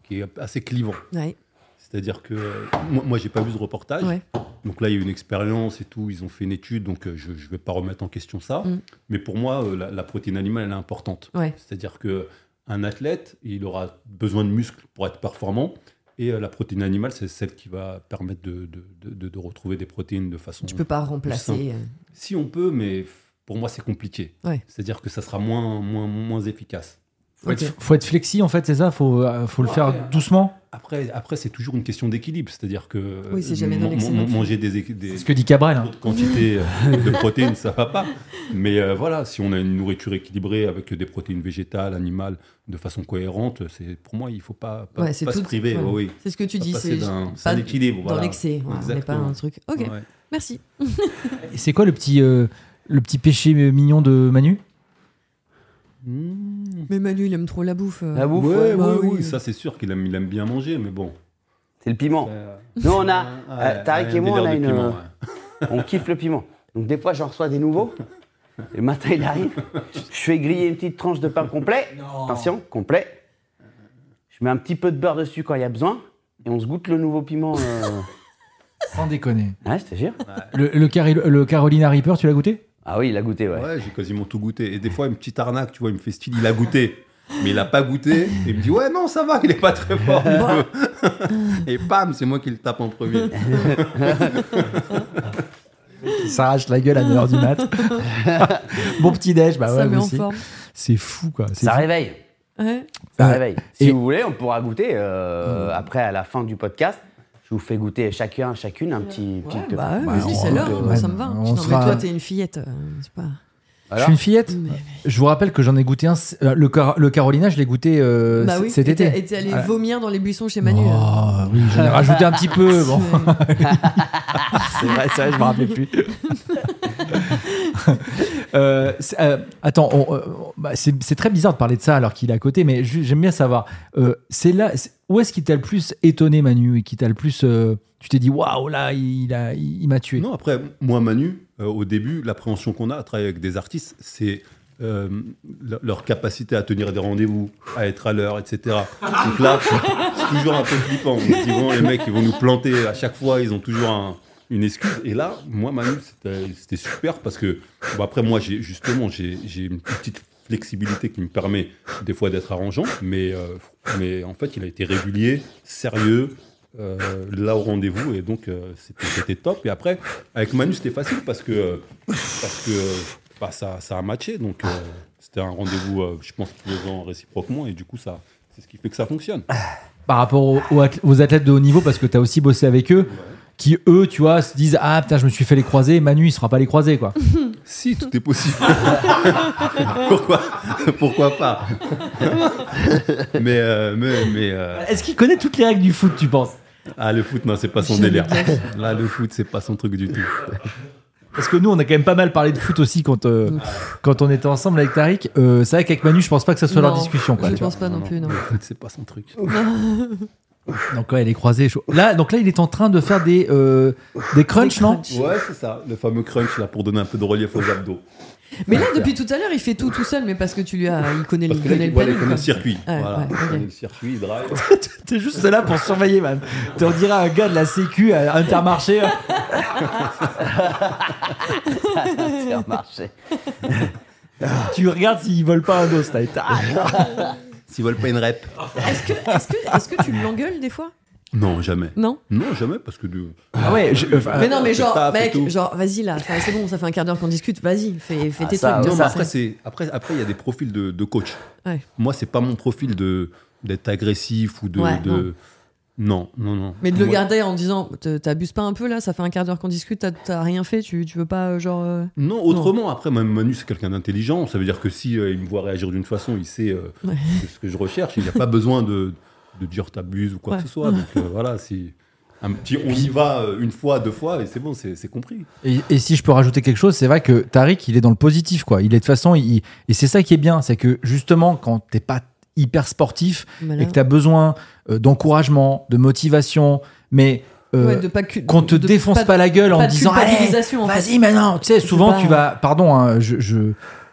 S7: qui est assez clivant.
S3: Ouais,
S7: C'est-à-dire que euh, moi, moi j'ai pas vu ce reportage.
S3: ouais.
S7: Donc là, il y a eu une expérience et tout, ils ont fait une étude, donc euh, je ne vais pas remettre en question ça.
S3: Mm.
S7: Mais pour moi, euh, la, la protéine animale, elle est importante.
S3: Ouais.
S7: C'est-à-dire que un athlète, il aura besoin de muscles pour être performant. Et euh, la protéine animale, c'est celle qui va permettre de, de- de- de- de retrouver des protéines de façon.
S3: Tu peux pas remplacer. euh,
S7: Si on peut, mais pour moi, c'est compliqué.
S3: Ouais.
S7: C'est-à-dire que ça sera moins, moins, moins efficace.
S2: faut,
S3: ok.
S2: être, faut être flexi en fait, c'est ça. Faut, euh, faut le faire doucement.
S7: Après, après c'est toujours une question d'équilibre. C'est-à-dire que euh,
S3: Oui, c'est jamais dans
S7: man-
S3: l'excès
S7: man-
S3: non plus.
S7: manger des, équ- des,
S2: C'est ce que dit Cabrel. hein.
S7: Trop de quantité euh, de protéines, ça va pas. Mais euh, voilà, si on a une nourriture équilibrée avec des protéines végétales, animales, de façon cohérente, c'est pour moi, il faut pas, pas,
S3: Ouais, c'est
S7: pas se
S3: tout-
S7: priver. Oh,
S3: ouais.
S7: oui, oui.
S3: C'est ce que tu
S7: Pas
S3: dis,
S7: passer
S3: c'est
S7: d'un- c'est
S3: pas
S7: un équilibre.
S3: dans
S7: voilà.
S3: l'excès. voilà, on n'est pas
S7: Exactement.
S3: un truc. Ok,
S7: Ouais.
S3: merci.
S2: Et C'est quoi le petit, euh, le petit péché mignon de Manu
S3: Mais Manu, il aime trop la bouffe. euh.
S1: La bouffe,
S7: Ouais,
S1: ouais.
S7: ouais,
S3: Mmh. bah
S7: oui,
S3: oui.
S7: ça c'est sûr qu'il aime, il aime bien manger, mais bon.
S1: c'est le piment. Nous, on a, euh, Tariq et moi, on a une, euh, on kiffe le piment. Donc des fois, j'en reçois des nouveaux. Le matin, il arrive. Je fais griller une petite tranche de pain complet. Attention, complet. Je mets un petit peu de beurre dessus quand il y a besoin. Et on se goûte le nouveau piment. euh.
S2: Sans déconner.
S1: Ouais, je te jure.
S2: Le, le, Cari- le Carolina Reaper, tu l'as goûté
S1: Ah oui, il a goûté, ouais.
S7: Ouais, j'ai quasiment tout goûté. Et des fois, une petite arnaque, tu vois, il me fait style, il a goûté. Mais il a pas goûté. Et il me dit, ouais, non, ça va, il est pas très fort. et pam, c'est moi qui le tape en premier.
S2: Il s'arrache la gueule à 9h du mat. bon petit déj, bah
S3: ça
S2: ouais,
S3: met
S2: vous
S3: en
S2: aussi.
S3: forme.
S2: C'est fou quoi. C'est
S1: Ça
S2: fou.
S1: réveille.
S3: Ouais.
S1: Ça
S2: Euh,
S1: réveille. Si
S2: et-
S1: vous voulez, on pourra goûter euh, après, à la fin du podcast. Je vous fais goûter chacun, chacune un petit. petit
S3: Ouais, bah ouais,
S2: Bah,
S3: vas-y,
S2: on-
S3: c'est l'heure,
S2: on-
S3: moi, ça me va.
S2: on
S3: Non,
S2: sera-
S3: mais toi, t'es une fillette. euh, c'est pas...
S2: Je suis une fillette. Je vous rappelle que j'en ai goûté un. euh, Le, Car- le Carolina, je l'ai goûté euh,
S3: bah
S2: c-
S3: oui,
S2: cet
S3: et t'es-
S2: été.
S3: Et t'es allé
S2: Ouais.
S3: vomir dans les buissons chez Manu. euh. hein. là.
S2: Oh, oui, j'en ai rajouté un petit peu. Bon,
S3: Ouais.
S2: c'est vrai, c'est vrai, je me rappelais plus. Euh, c'est- euh, attends, on- euh, bah, c'est c'est très bizarre de parler de ça alors qu'il est à côté, mais ju- j'aime bien savoir. euh, c'est là, c'est- où est-ce qu'il t'a le plus étonné, Manu, et qui t'a le plus, euh, tu t'es dit waouh là, il a, il, il m'a tué.
S7: Non, après, moi, Manu, euh, au début, l'appréhension qu'on a à travailler avec des artistes, c'est euh, le- leur capacité à tenir des rendez-vous, à être à l'heure, etc. Donc là, c'est toujours un peu flippant. On se dit, bon, les mecs, ils vont nous planter à chaque fois, ils ont toujours un- une excuse. Et là, moi, Manu, c'était- c'était super parce que, bon, après, moi, j'ai- justement, j'ai j'ai une petite flexibilité qui me permet des fois d'être arrangeant, mais, euh, mais en fait, il a été régulier, sérieux, euh, là au rendez-vous, et donc euh, c'était- c'était top. Et après, avec Manu, c'était facile parce que, parce que bah, ça, ça a matché, donc euh, c'était un rendez-vous, euh, je pense, tous les ans réciproquement, et du coup, ça, c'est ce qui fait que ça fonctionne.
S2: par rapport au- au athlè- aux athlètes de haut niveau parce que tu as aussi bossé avec eux qui eux tu vois se disent ah putain je me suis fait les croiser Manu il se fera pas les croiser quoi
S7: si tout est possible pourquoi pourquoi pas mais euh, mais, mais, euh,
S2: est-ce qu'il connaît toutes les règles du foot tu penses
S7: ah le foot non c'est pas son
S2: J'allais
S7: délire
S2: dire.
S7: là le foot c'est pas son truc du tout
S2: parce que nous on a quand même pas mal parlé de foot aussi quand euh, quand on était ensemble avec Tariq Euh, c'est vrai qu'avec Manu je pense pas que ça soit leur
S3: Non,
S2: discussion quoi
S3: je
S2: tu vois.
S3: pense pas non plus, non.
S7: le foot c'est pas son truc
S2: donc ouais les croisés chaud. là donc là il est en train de faire des euh, des crunchs non
S7: ouais c'est ça le fameux crunch là pour donner un peu de relief aux abdos
S3: Mais là, depuis tout à l'heure, il fait tout tout seul, mais parce que tu lui as. Il connaît, le-
S7: parce
S3: il
S7: que là
S3: connaît
S7: il
S3: le
S7: voilà,
S3: planning,
S7: il connaît le
S3: quoi.
S7: circuit
S3: Ouais,
S7: voilà
S3: ouais,
S7: il
S3: ok.
S7: connaît le circuit il drive
S2: t'es juste là pour surveiller man t'en dirais un gars de la sécu à Intermarché euh,
S1: Ça a marché.
S2: tu regardes s'ils veulent pas un dos là. Et t'as- ah,
S7: s'ils veulent pas une rep
S3: Est-ce que, est-ce que, est-ce que tu l'engueules des fois
S7: non jamais
S3: Non
S7: non jamais parce que de-
S2: ah ouais je- enfin,
S3: Mais non, mais
S7: le
S3: genre,
S7: staff et
S3: mec,
S7: tout.
S3: genre, vas-y là, enfin, c'est bon, ça fait un quart d'heure qu'on discute, vas-y, fais, fais
S1: Ah,
S3: tes
S1: ça,
S3: trucs.
S1: ouais,
S3: toi,
S7: Non, bah,
S3: ça,
S7: mais après, c'est après, après, il y a des profils de, de coach.
S3: Ouais.
S7: Moi, c'est pas mon profil de d'être agressif ou de,
S3: Ouais,
S7: de- non, non, non.
S3: Mais de le
S7: Moi-
S3: garder en disant, te- t'abuses pas un peu là, ça fait un quart d'heure qu'on discute, t'as- t'as rien fait, tu, tu veux pas, euh, genre. euh,
S7: Non, autrement. Après, même Manu, c'est quelqu'un d'intelligent. Ça veut dire que si euh, il me voit réagir d'une façon, il sait euh,
S3: Ouais.
S7: ce que je recherche. Il n'y a pas besoin de, de dire t'abuses ou quoi
S3: Ouais.
S7: que ce soit. Donc euh, voilà, si un petit, on y va euh, une fois, deux fois, et c'est bon, c'est c'est compris.
S2: Et, et si je peux rajouter quelque chose, c'est vrai que Tariq, il est dans le positif, quoi. Il est de toute façon, il- et c'est ça qui est bien, c'est que justement, quand t'es pas hyper sportif
S3: voilà.
S2: et que t'as besoin euh, d'encouragement, de motivation, mais euh,
S3: Ouais, de pas cu-
S2: qu'on te
S3: de
S2: défonce pas,
S3: de-
S2: la gueule en
S3: pas de
S2: disant Allez,
S3: culpabilisation, en fait.
S2: vas-y maintenant tu sais souvent
S3: pas-
S2: tu vas pardon hein, je, je,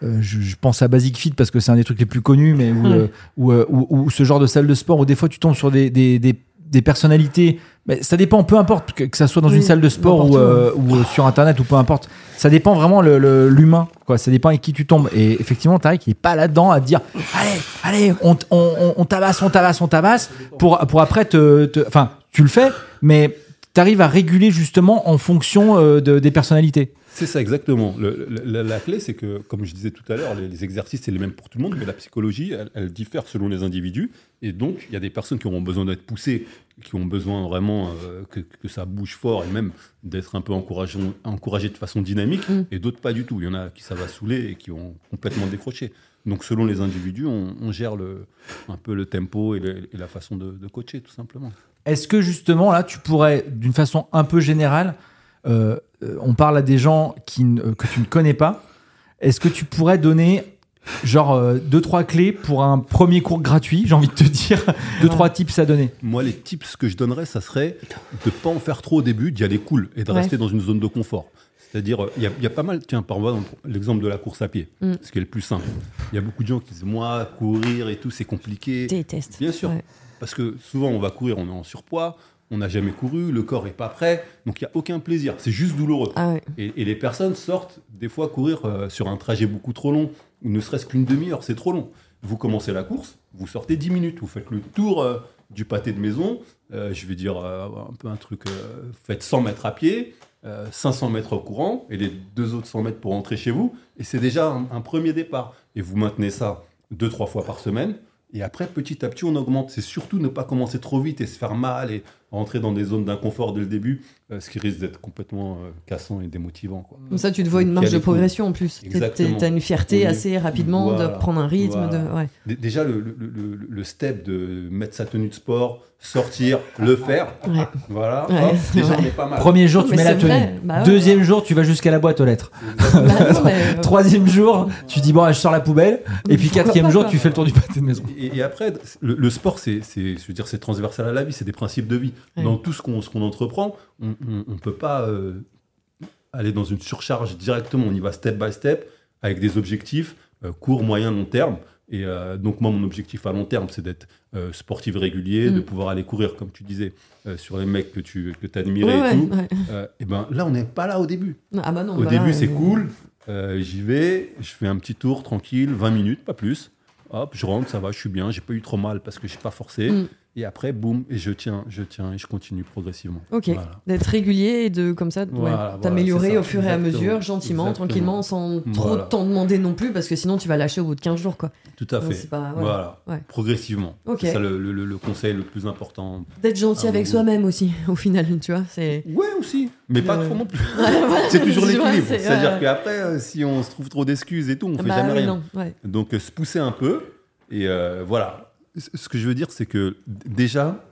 S2: euh, je- je pense à Basic Fit parce que c'est un des trucs les plus connus mais où,
S3: Ouais.
S2: euh, où, euh, où- où ce genre de salle de sport où des fois tu tombes sur des, des, des- des personnalités mais ça dépend peu importe que, que ça soit dans
S3: Oui,
S2: une salle de sport
S3: n'importe
S2: ou,
S3: où,
S2: euh, ou euh, sur internet ou peu importe ça dépend vraiment le- le- l'humain quoi ça dépend avec qui tu tombes et effectivement Tariq il est pas là-dedans à dire allez allez on, t- on- on- on tabasse on tabasse on tabasse pour, pour après te te- enfin tu le fais mais t'arrives à réguler justement en fonction euh, de- des personnalités
S7: C'est ça exactement. Le- le- la, la clé, c'est que, comme je disais tout à l'heure, les, les exercices, c'est les mêmes pour tout le monde, mais la psychologie, elle, elle diffère selon les individus. Et donc, il y a des personnes qui auront besoin d'être poussées, qui ont besoin vraiment euh, que, que ça bouge fort et même d'être un peu encouragé, encouragé de façon dynamique,
S3: Mm.
S7: et d'autres pas du tout. Il y en a qui ça va saouler et qui ont complètement décroché. Donc, selon les individus, on, on gère le, un peu le tempo et, le- et la façon de, de coacher, tout simplement.
S2: Est-ce que justement, là, tu pourrais, d'une façon un peu générale, euh, euh, on parle à des gens qui, ne- euh, que tu ne connais pas, est-ce que tu pourrais donner, genre, euh, deux, trois clés pour un premier cours gratuit, j'ai envie de te dire, deux, trois tips à donner
S7: Moi, les tips que je donnerais, ça serait de pas en faire trop au début, d'y aller cool et de
S3: Ouais.
S7: rester dans une zone de confort. C'est-à-dire, euh, il y, a- il y a pas mal, tiens, par exemple, l'exemple de la course à pied,
S3: Mm.
S7: ce qui est le plus simple. Il y a beaucoup de gens qui disent, moi, courir et tout, c'est compliqué.
S3: Déteste.
S7: Bien sûr.
S3: Ouais.
S7: Parce que souvent, on va courir, on est en surpoids, on n'a jamais couru, le corps n'est pas prêt, donc il n'y a aucun plaisir. C'est juste douloureux.
S3: Ah ouais.
S7: Et, et les personnes sortent des fois courir euh, sur un trajet beaucoup trop long, ou ne serait-ce qu'une demi-heure, c'est trop long. Vous commencez la course, vous sortez 10 minutes, vous faites le tour euh, du pâté de maison, euh, je vais dire euh, un peu un truc, euh, vous faites 100 mètres à pied, euh, 500 mètres au courant, et les deux autres 100 mètres pour rentrer chez vous, et c'est déjà un, un premier départ. Et vous maintenez ça deux, trois fois par semaine, et après, petit à petit, on augmente. C'est surtout ne pas commencer trop vite et se faire mal et rentrer dans des zones d'inconfort dès le début, euh, ce qui risque d'être complètement euh, cassant et démotivant. quoi.
S3: Comme ça, tu te vois une
S7: Qui
S3: marge de
S7: avait-
S3: progression en plus. T'es- t'es-
S7: Exactement.
S3: T'as une fierté
S7: Oui.
S3: assez rapidement
S7: Voilà.
S3: de prendre un rythme.
S7: Voilà.
S3: De... Ouais.
S7: Dé- Déjà, le, le- le- le step de mettre sa tenue de sport, sortir, le faire,
S3: Ouais.
S7: voilà,
S3: Ouais,
S7: hop,
S3: c'est
S7: déjà
S3: vrai.
S7: on est pas mal.
S2: Premier jour, tu
S3: Bah, Mais
S2: mets la
S3: c'est vrai,
S2: tenue.
S3: bah ouais.
S2: Deuxième jour, tu vas jusqu'à la boîte aux lettres.
S3: Bah non, mais, euh,
S2: Troisième jour, tu dis, bon, je sors la poubelle. Et puis
S3: Pourquoi
S2: quatrième
S3: pas,
S2: jour,
S3: quoi.
S2: tu fais le tour du pâté de maison.
S7: Et, et après, le, le sport, c'est, c'est- je veux dire, c'est transversal à la vie, c'est des principes de vie.
S3: Ouais.
S7: Dans tout ce qu'on, ce qu'on entreprend, on ne peut pas euh, aller dans une surcharge directement. On y va step by step avec des objectifs euh, court, moyen, long terme. Et euh, donc moi, mon objectif à long terme, c'est d'être euh, sportif régulier, de
S3: Mm.
S7: pouvoir aller courir, comme tu disais, euh, sur les mecs que tu que admirais
S3: ouais,
S7: et tout.
S3: ouais.
S7: Euh, et ben là, on n'est pas là au début.
S3: Non, Ah bah non.
S7: Au
S3: bah
S7: début,
S3: là,
S7: c'est
S3: euh,
S7: cool. Euh, J'y vais, je fais un petit tour tranquille, 20 minutes, pas plus. Hop, je rentre, ça va, je suis bien, j'ai pas eu trop mal parce que j'ai pas forcé.
S3: Mm.
S7: Et après, boum, et je tiens, je tiens, et je continue progressivement.
S3: Ok,
S7: Voilà.
S3: d'être régulier et de comme ça ouais,
S7: Voilà, voilà,
S3: t'améliorer
S7: c'est ça,
S3: au fur et à
S7: exactement,
S3: mesure, gentiment,
S7: exactement.
S3: tranquillement, sans trop
S7: Voilà.
S3: t'en demander non plus, parce que sinon tu vas lâcher au bout de 15 jours. quoi.
S7: Tout à
S3: Non,
S7: fait.
S3: c'est pas- ouais.
S7: Voilà.
S3: Ouais.
S7: Progressivement.
S3: Ok.
S7: C'est ça le, le- le- le conseil le plus important.
S3: D'être gentil
S7: Ah,
S3: avec
S7: oui.
S3: soi-même aussi, au final, tu vois. c'est
S7: Ouais, aussi. Mais pas
S3: Euh,
S7: trop non plus.
S3: voilà,
S7: c'est toujours
S3: tu vois,
S7: l'équilibre.
S3: c'est-
S7: C'est-à-dire
S3: ouais.
S7: qu'après, euh, si on se trouve trop d'excuses et tout, on fait
S3: Bah
S7: jamais
S3: oui,
S7: rien.
S3: non, ouais.
S7: Donc euh, se pousser un peu. Et euh, voilà. C- Ce que je veux dire, c'est que d- déjà,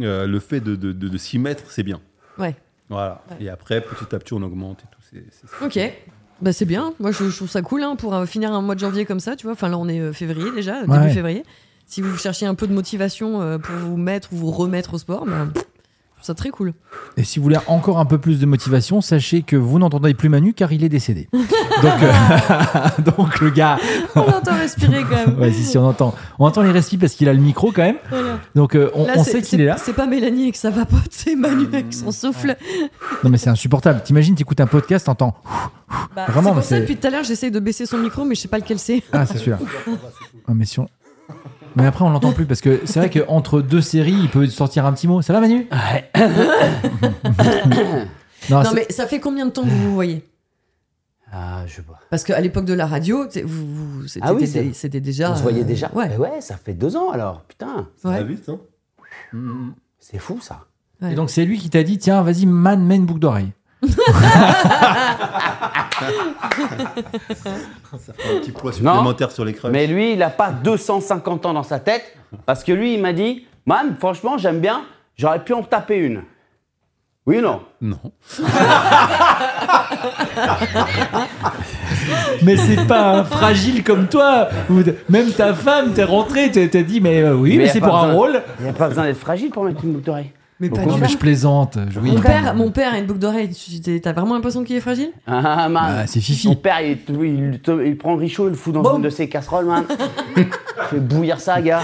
S7: euh, le fait de, de- de- de s'y mettre, c'est bien.
S3: Ouais.
S7: Voilà.
S3: Ouais.
S7: Et après, petit à petit, on augmente et tout. C'est- c'est- c'est-
S3: Ok. Bah c'est bien, moi je, je trouve ça cool hein, pour euh, finir un mois de janvier comme ça, tu vois. Enfin là on est euh, février déjà,
S2: Ouais.
S3: début février. Si vous cherchez un peu de motivation euh, pour vous mettre ou vous remettre au sport, bah, pff, je trouve ça très cool.
S2: Et si vous voulez encore un peu plus de motivation, sachez que vous n'entendrez plus Manu car il est décédé. Donc, euh, donc le gars.
S3: On l'entend respirer quand même.
S2: Vas-y, si on entend. On entend les respires parce qu'il a le micro quand même.
S3: Voilà.
S2: Donc euh, on,
S3: Là,
S2: on
S3: c'est-
S2: sait qu'il
S3: c'est-
S2: est là.
S3: C'est pas Mélanie avec sa vapote, c'est Manu avec son souffle.
S2: Non mais c'est insupportable. T'imagines, t'écoutes un podcast, t'entends.
S3: Bah, c'est
S2: Vraiment,
S3: pour
S2: mais
S3: ça
S2: c'est-
S3: depuis tout à l'heure j'essaye de baisser son micro, mais je sais pas lequel c'est.
S2: Ah, c'est celui-là. Ah, mais si on- Mais après, on l'entend plus parce que c'est vrai qu'entre deux séries, il peut sortir un petit mot. Ça va, Manu Non,
S3: non
S2: Ah, c'est-
S3: mais ça fait combien de temps que vous vous voyez
S1: Ah, je sais pas.
S3: Parce qu'à l'époque de la radio, t'es- vous, vous- c'était
S1: Ah oui,
S3: c'était-
S1: c'est-
S3: c'était déjà.
S1: On se voyait
S3: euh,
S1: déjà.
S3: Ouais.
S1: Mais ouais, ça fait deux ans alors. Putain,
S7: Ça va
S3: ouais.
S7: vite, hein Mm.
S1: c'est fou ça.
S3: ouais.
S2: Et donc, c'est lui qui t'a dit tiens, vas-y, man, mets une boucle d'oreille.
S7: Ça fait un petit poids supplémentaire sur les crèches.
S1: Mais lui, il a pas 250 ans dans sa tête parce que lui, il m'a dit Man, franchement, j'aime bien, j'aurais pu en taper une. Oui ou non
S7: Non.
S2: Mais c'est pas un fragile comme toi. ou de- Même ta femme, t'es rentrée, t'es- t'as dit mais euh, oui, mais,
S1: y a
S2: c'est
S1: pas
S2: pour un
S1: besoin-
S2: rôle.
S1: Il n'y a pas besoin d'être fragile pour mettre une boucle d'oreille.
S3: Mais pas
S2: Non,
S3: du
S2: mais
S3: tout.
S2: je plaisante. je- oui.
S3: Mon père, mon père a une boucle d'oreille. Tu- t'es- T'as vraiment l'impression qu'il est fragile
S1: Ah, man.
S2: Bah, c'est Fifi.
S1: Mon père, il, il- il- il prend le Richaud, il le fout dans
S3: Bon.
S1: une de ses casseroles, man. Fait bouillir ça, gars.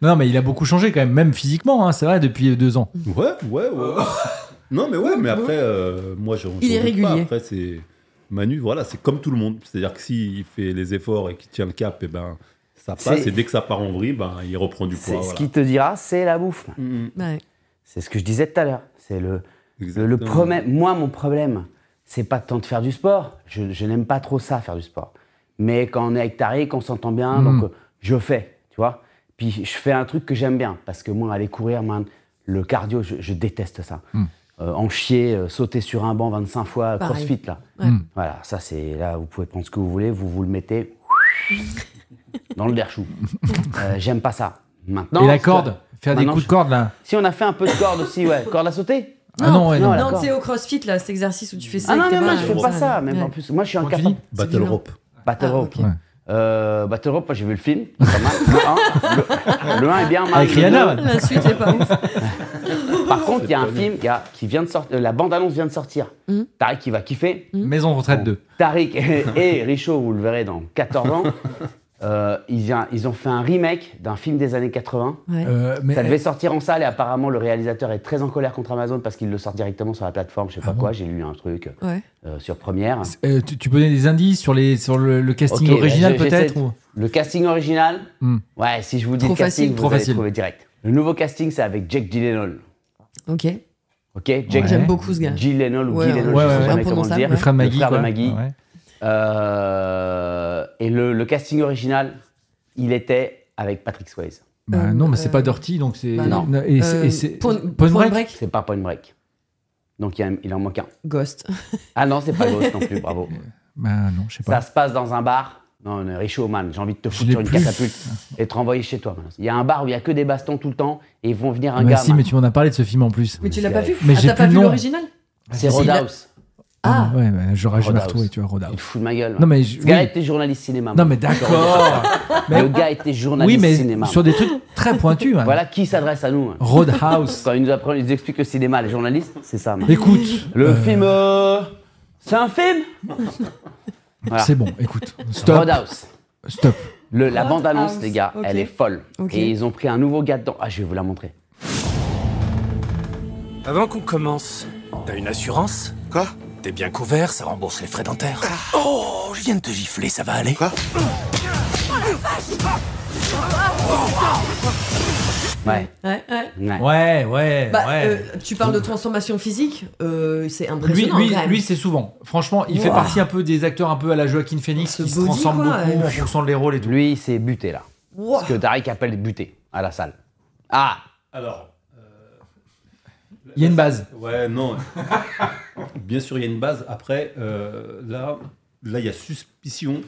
S2: Non, mais il a beaucoup changé quand même, même physiquement, hein, c'est vrai, depuis deux ans.
S7: Ouais, ouais, ouais. non, mais ouais, mais après, euh, moi, je.
S3: Il est
S7: je doute pas.
S3: régulier.
S7: Après, c'est. Manu, voilà, c'est comme tout le monde. C'est-à-dire que s'il fait les efforts et qu'il tient le cap, et ben, ça passe.
S1: C'est-
S7: Et dès que ça part en vrille, ben, il reprend du
S1: C'est
S7: poids.
S1: ce
S7: voilà.
S1: qui te dira, c'est la bouffe. man.
S7: Mm,
S3: Ouais.
S1: C'est ce que je disais tout à l'heure. C'est le, le, le
S7: exactement.
S1: problème. Moi, mon problème, c'est pas tant de faire du sport. Je, je n'aime pas trop ça, faire du sport. Mais quand on est avec Tariq, on s'entend bien,
S2: Mm.
S1: donc euh, je fais, tu vois. Puis je fais un truc que j'aime bien, parce que moi, aller courir, man, le cardio, je, je déteste ça.
S2: Mm.
S1: Euh, en chier, euh, sauter sur un banc 25 fois,
S3: Pareil.
S1: crossfit, là.
S3: Ouais.
S2: Mm.
S1: Voilà, ça, c'est là, vous pouvez prendre ce que vous voulez, vous vous le mettez dans le derchou. Euh, j'aime pas ça. Maintenant,
S2: Et la corde, faire des
S1: Maintenant,
S2: coups de
S1: je-
S2: corde là.
S1: si on a fait un peu de corde aussi, ouais, corde à sauter
S2: ah non, ouais, non.
S1: non,
S3: Non, tu
S1: d'accord.
S3: sais, au crossfit, là, cet exercice où tu fais ça.
S1: Ah non,
S3: avec
S1: mais
S3: tes
S1: moi
S3: barres,
S1: je fais
S3: comme
S1: pas ça, même
S3: ouais.
S1: en plus. Moi je suis
S2: Comment tu
S1: incapable.
S2: dis
S3: C'est
S7: Battle
S3: violent.
S7: Rope.
S1: Battle
S3: Ah,
S1: Rope.
S3: ok.
S2: Ouais.
S1: Euh, Battle Rope, moi, j'ai vu le film, c'est pas mal. Le 1, le, 1 est bien mal.
S2: Avec
S1: le
S2: Rihanna,
S1: deux-
S3: La suite est pas ouf.
S1: Par contre, il y a un film gars, qui vient de sortir, euh, la bande-annonce vient de sortir.
S3: Mhm.
S1: Tariq qui va kiffer.
S2: Maison de retraite 2.
S1: Tariq et, et Richaud, vous le verrez dans 14 ans. Euh, ils, y a- ils ont fait un remake d'un film des années 80.
S3: Ouais.
S2: Euh, mais,
S1: Ça devait sortir en salle et apparemment le réalisateur est très en colère contre Amazon parce qu'il le sort directement sur la plateforme, je
S2: Ah
S1: sais pas quoi. J'ai lu un truc
S3: Ouais.
S1: euh, sur Première.
S2: euh, tu, tu peux donner des indices sur, les, sur le, le casting
S1: Ok,
S2: original
S1: je- j'essaie
S2: peut-être
S1: de-
S2: ou-
S1: Le casting original,
S2: Hmm.
S1: ouais, si je vous dis
S3: Trop
S1: le casting,
S3: facile,
S1: vous
S2: trop
S1: allez
S2: facile.
S1: trouver direct. Le nouveau casting, c'est avec Jake Gyllenhaal.
S3: Ok.
S1: Ok, Jake
S2: J'aime
S3: beaucoup ce gars.
S1: Gyllenhaal ou
S3: Ouais,
S1: Gyllenhaal,
S2: ouais,
S1: je sais
S2: ouais,
S1: jamais comment le
S3: imprononçable,
S1: dire.
S3: ouais.
S2: Le frère de Maggie.
S1: Le frère de
S2: quoi.
S1: Maggie.
S2: Ouais.
S1: Euh, et le, le casting original, il était avec Patrick Swayze.
S2: Bah,
S3: Euh,
S2: non, mais c'est
S3: euh,
S2: pas Dirty, donc c'est.
S3: bah non.
S2: Et c'est-
S3: Euh,
S2: et c'est-
S3: point,
S2: Point
S3: point
S2: Break
S3: break.
S1: C'est pas Point Break. Donc il, y a- il en manque un.
S3: Ghost.
S1: Ah non, c'est pas Ghost non plus, bravo.
S2: Bah non, je sais
S1: Ça
S2: pas.
S1: se passe dans un bar. Non, non, Richaud, man, j'ai envie de te foutre
S2: l'ai
S1: sur une
S2: plus.
S1: catapulte et te renvoyer chez toi. man. Il y a un bar où il y a que des bastons tout le temps et ils vont venir un
S2: Bah
S1: gars.
S2: si,
S1: man.
S2: mais tu m'en as parlé de ce film en plus.
S3: Mais tu l'as pas vu
S2: Mais
S3: Ah,
S2: j'ai
S3: t'as
S2: plus
S3: pas
S2: le
S3: vu
S2: nom.
S3: l'original
S2: Bah
S1: C'est
S3: Si, il a-
S1: Roadhouse.
S3: Ah
S2: Ouais, bah, j'aurais jamais
S1: Roadhouse.
S2: retrouvé, tu vois,
S1: Il
S2: Roadhouse.
S1: te fout de ma gueule.
S2: Non,
S1: man.
S2: mais je-
S1: Ce gars
S2: oui.
S1: était journaliste cinéma.
S2: Non,
S1: man.
S2: mais d'accord.
S1: Le gars était
S2: Oui,
S1: journaliste
S2: mais
S1: cinéma.
S2: sur des trucs très pointus. hein.
S1: Voilà qui s'adresse à nous. hein.
S2: Roadhouse.
S1: Quand ils nous apprennent, ils nous expliquent le cinéma, les journalistes, c'est ça. man.
S2: Écoute,
S1: Le film. euh, C'est un film Voilà.
S2: c'est bon, écoute. Stop,
S1: Roadhouse.
S2: stop.
S1: Le- la bande-annonce,
S3: Roadhouse,
S1: les gars,
S3: ok.
S1: elle est folle.
S3: Ok.
S1: Et ils ont pris un nouveau gars dedans. Ah, je vais vous la montrer.
S11: Avant qu'on commence, t'as une assurance
S8: Quoi
S11: T'es bien couvert, ça rembourse les frais dentaires.
S1: Ah.
S11: Oh, je viens de te gifler, ça va aller Quoi
S1: Ouais.
S3: Ouais, ouais.
S2: Ouais, ouais,
S3: Bah,
S2: ouais.
S3: euh, tu parles de transformation physique, euh, c'est
S2: Lui,
S3: impressionnant.
S2: lui,
S3: quand même.
S2: lui, c'est souvent. Franchement, il fait
S3: Wow.
S2: partie un peu des acteurs un peu à la Joaquin Phoenix qui se
S3: body,
S2: transforment
S3: quoi,
S2: beaucoup
S3: ouais.
S2: en fonction de les rôles et tout.
S1: Lui, il s'est buté là.
S3: Wow.
S1: Ce que Tariq appelle buté à la salle. Ah
S7: Alors.
S2: Il y a une base.
S7: Ouais, non. Bien sûr, il y a une base. Après, euh, là, là, il y a suspicion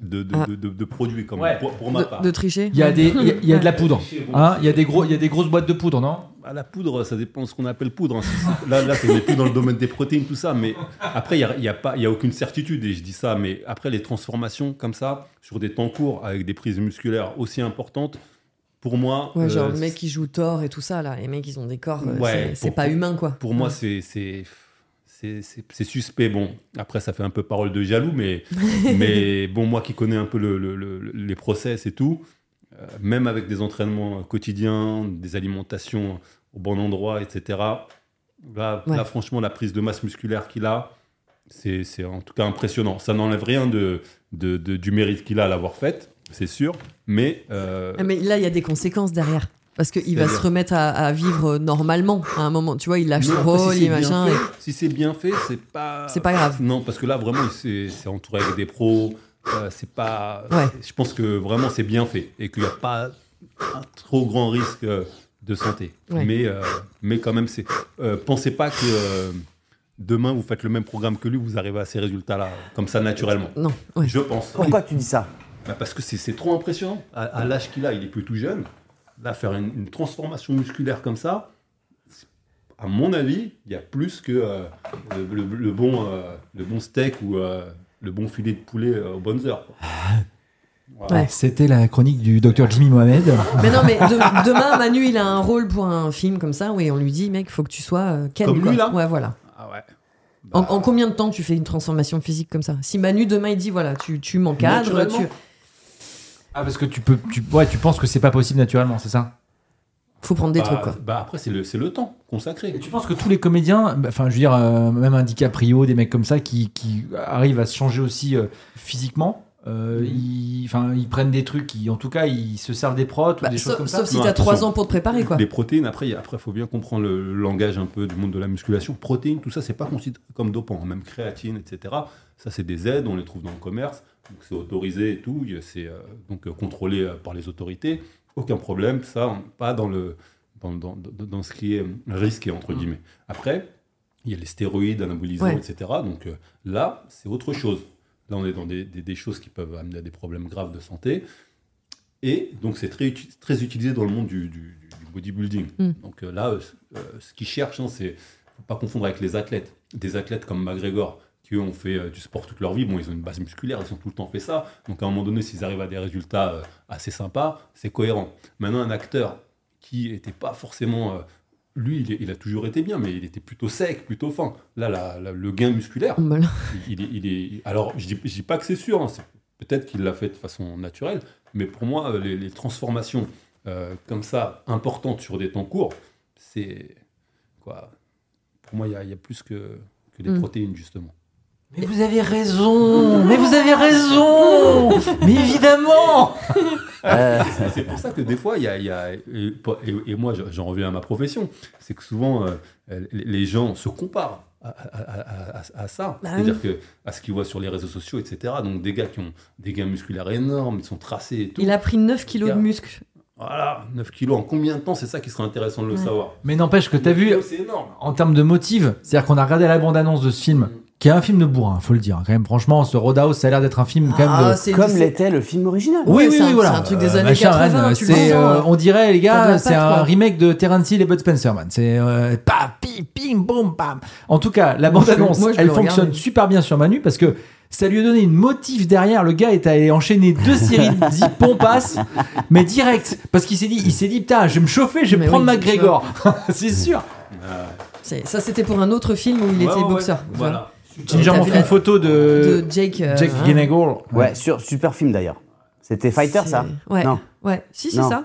S7: de, de,
S3: Ah.
S7: de, de- de produits, comme
S2: Ouais.
S7: pour, pour ma
S3: De-
S7: part.
S3: de tricher.
S2: Il y a des, il y a- il y a de la poudre.
S7: Tricher, bon,
S2: Hein, il y a des gros, il y a des grosses boîtes de poudre, non
S7: Ah, la poudre, ça dépend de ce qu'on appelle poudre. hein. C'est- Là, là on n'est plus dans le domaine des protéines, tout ça. Mais après, il n'y a, il y a, pas- il y a aucune certitude, et je dis ça. Mais après, les transformations comme ça, sur des temps courts, avec des prises musculaires aussi importantes, pour moi.
S3: Ouais, genre
S7: euh,
S3: le mec qui joue Thor et tout ça, là. Les mecs, ils ont des corps, euh,
S7: Ouais,
S3: c'est- c'est
S7: pour-
S3: pas
S7: pour-
S3: humain, quoi.
S7: Pour moi, c'est c'est c'est- c'est- c'est suspect. Bon, après, ça fait un peu parole de jaloux, mais mais bon, moi qui connais un peu le- le- le- les process et tout, euh, même avec des entraînements quotidiens, des alimentations au bon endroit, etc. Là,
S3: Ouais.
S7: là, franchement, la prise de masse musculaire qu'il a, c'est c'est en tout cas impressionnant. Ça n'enlève rien de, de- de- du mérite qu'il a à l'avoir faite, c'est sûr. Mais euh,
S3: Ah, Mais là, il y a des conséquences derrière. Parce qu'il va
S7: C'est-à-dire
S3: se remettre à, à vivre normalement à un moment. Tu vois, il lâche
S7: Non,
S3: son
S7: après,
S3: rôle,
S7: si
S3: il
S7: c'est bien
S3: machin.
S7: fait-
S3: et-
S7: Si c'est bien fait, c'est pas.
S3: C'est pas grave.
S7: Non, parce que là, vraiment, il s'est- c'est entouré avec des pros. euh, c'est pas.
S3: Ouais.
S7: Je pense que vraiment, c'est bien fait et qu'il n'y a pas un trop grand risque euh, de santé.
S3: Ouais.
S7: Mais, euh, mais quand même, c'est. euh, pensez pas que euh, demain, vous faites le même programme que lui, vous arrivez à ces résultats-là, comme ça, naturellement.
S3: Non, ouais.
S7: Je pense.
S1: Pourquoi tu dis ça
S7: Bah, parce que c'est- c'est trop impressionnant. À, à l'âge qu'il a, il est plutôt jeune. Là, faire une, une transformation musculaire comme ça, c'est- à mon avis, il y a plus que euh, le, le- le bon, euh, le bon steak ou euh, le bon filet de poulet euh, aux bonnes heures. quoi. Voilà.
S3: Ouais.
S2: Ah, C'était la chronique du docteur Jimmy Mohamed.
S3: Mais non, mais de- demain, Manu, il a un rôle pour un film comme ça. Oui, on lui dit, mec, faut que tu sois euh, Ken.
S7: Comme
S3: quoi.
S7: lui, là
S3: Ouais, voilà.
S7: Ah ouais.
S3: En,
S7: Bah,
S3: en combien de temps tu fais une transformation physique comme ça Si Manu demain il dit voilà tu, tu m'encadres,
S7: Naturellement.
S3: tu
S2: Ah parce que tu peux, tu, ouais, tu penses que c'est pas possible naturellement, c'est ça
S3: faut prendre des
S7: bah,
S3: trucs quoi.
S7: bah, après, c'est le, c'est le temps consacré.
S2: Et tu penses que tous les comédiens, bah, enfin je veux dire, euh, même un DiCaprio, des mecs comme ça qui, qui arrivent à se changer aussi euh, physiquement, euh, ils, enfin ils prennent des trucs, qui, en tout cas ils se servent des protes
S3: Bah,
S2: ou des choses
S3: sauf,
S2: comme ça.
S3: sauf si
S7: Non,
S3: t'as trois
S7: attention.
S3: ans pour te préparer quoi.
S7: Les protéines, après, il y a- après, faut bien comprendre le, le langage un peu du monde de la musculation. Protéines, tout ça, c'est pas considéré comme dopant, hein. même créatine, etc. Ça, c'est des aides, on les trouve dans le commerce, donc c'est autorisé et tout, il y a- c'est euh, donc euh, contrôlé euh, par les autorités. Aucun problème, ça, on- pas dans le dans, dans- dans- dans ce qui est euh, risqué entre guillemets. Après, il y a les stéroïdes, anabolisants,
S3: Mm. Ouais.
S7: etc. Donc euh, là, c'est autre chose. Là, on est dans des, des- des choses qui peuvent amener à des problèmes graves de santé. Et donc, c'est très, uti- très utilisé dans le monde du, du- du bodybuilding.
S3: Mm.
S7: Donc euh, là, euh, c- euh, ce qu'ils cherchent, hein, c'est faut pas confondre avec les athlètes. Des athlètes comme McGregor, qui eux ont fait euh, du sport toute leur vie, bon, ils ont une base musculaire, ils ont tout le temps fait ça. Donc à un moment donné, s'ils arrivent à des résultats euh, assez sympas, c'est cohérent. Maintenant, un acteur qui n'était pas forcément. euh, lui, il, est- il a toujours été bien, mais il était plutôt sec, plutôt fin. Là, la- la- le gain musculaire,
S3: Bah, là,
S7: il, il est, il est- alors, je dis, je dis pas que c'est sûr, hein, c'est- peut-être qu'il l'a fait de façon naturelle, mais pour moi, euh, les, les transformations euh, comme ça, importantes sur des temps courts, c'est. quoi Pour moi, il y, a- il y a plus que, que des
S3: Mm.
S7: protéines, justement.
S2: Mais vous avez raison, mais vous avez raison, mais évidemment.
S1: Euh,
S7: Et C'est pour ça que des fois, il y a. il y a- et, et- et moi, j'en reviens à ma profession, c'est que souvent, euh, les- les gens se comparent à, à- à- à- à ça.
S3: Bah
S7: C'est-à-dire que à ce qu'ils voient sur les réseaux sociaux, etc. Donc, des gars qui ont des gains musculaires énormes, ils sont tracés et tout.
S3: Il a pris 9 kilos de muscles.
S7: Voilà, 9 kilos en combien de temps C'est ça qui serait intéressant de le
S3: Ouais.
S7: savoir.
S2: Mais n'empêche que t'as vu,
S7: C'est énorme.
S2: en termes de motive, c'est-à-dire qu'on a regardé la bande-annonce de ce film, qui est un film de bourrin, faut le dire. Quand même, franchement, ce Roadhouse, ça a l'air d'être un film quand même.
S3: Ah,
S2: de...
S3: c'est
S1: Comme
S3: c'est-
S1: l'était le film original.
S3: Ouais, c'est un- c'est un truc des années 80, tu le
S2: Euh, c'est,
S3: sens,
S2: euh,
S3: hein.
S2: on dirait les
S3: T'en
S2: gars,
S3: dois
S2: c'est
S3: pas
S2: un
S3: trop.
S2: remake de Terence Hill et Bud Spencer, man. C'est euh, pa, pi, pim, boum, pam. En tout cas, la
S3: Moi, je-
S2: bande-annonce,
S3: moi, je
S2: elle
S3: le regarde.
S2: fonctionne super bien sur Manu parce que ça lui a donné une motive derrière. Le gars est allé enchaîner deux séries de 10 pompasses, mais direct, parce qu'il s'est dit, il s'est dit, putain, je vais me chauffer, je vais
S3: Mais
S2: prendre
S3: oui,
S2: ma Grégor. c'est sûr.
S3: C'est- Ça c'était pour un autre film où il était boxeur. tu vois.
S7: Voilà.
S2: Ginger
S3: T'as
S2: m'a
S3: vu
S2: fait
S3: la-
S2: une photo de,
S3: de Jake. euh,
S2: Jack
S3: hein.
S2: Gyllenhaal.
S1: Ouais, sur super film d'ailleurs. C'était Fighter,
S3: C'est-
S1: ça
S3: Ouais.
S1: Non,
S3: Ouais. Si c'est
S1: Non.
S3: ça.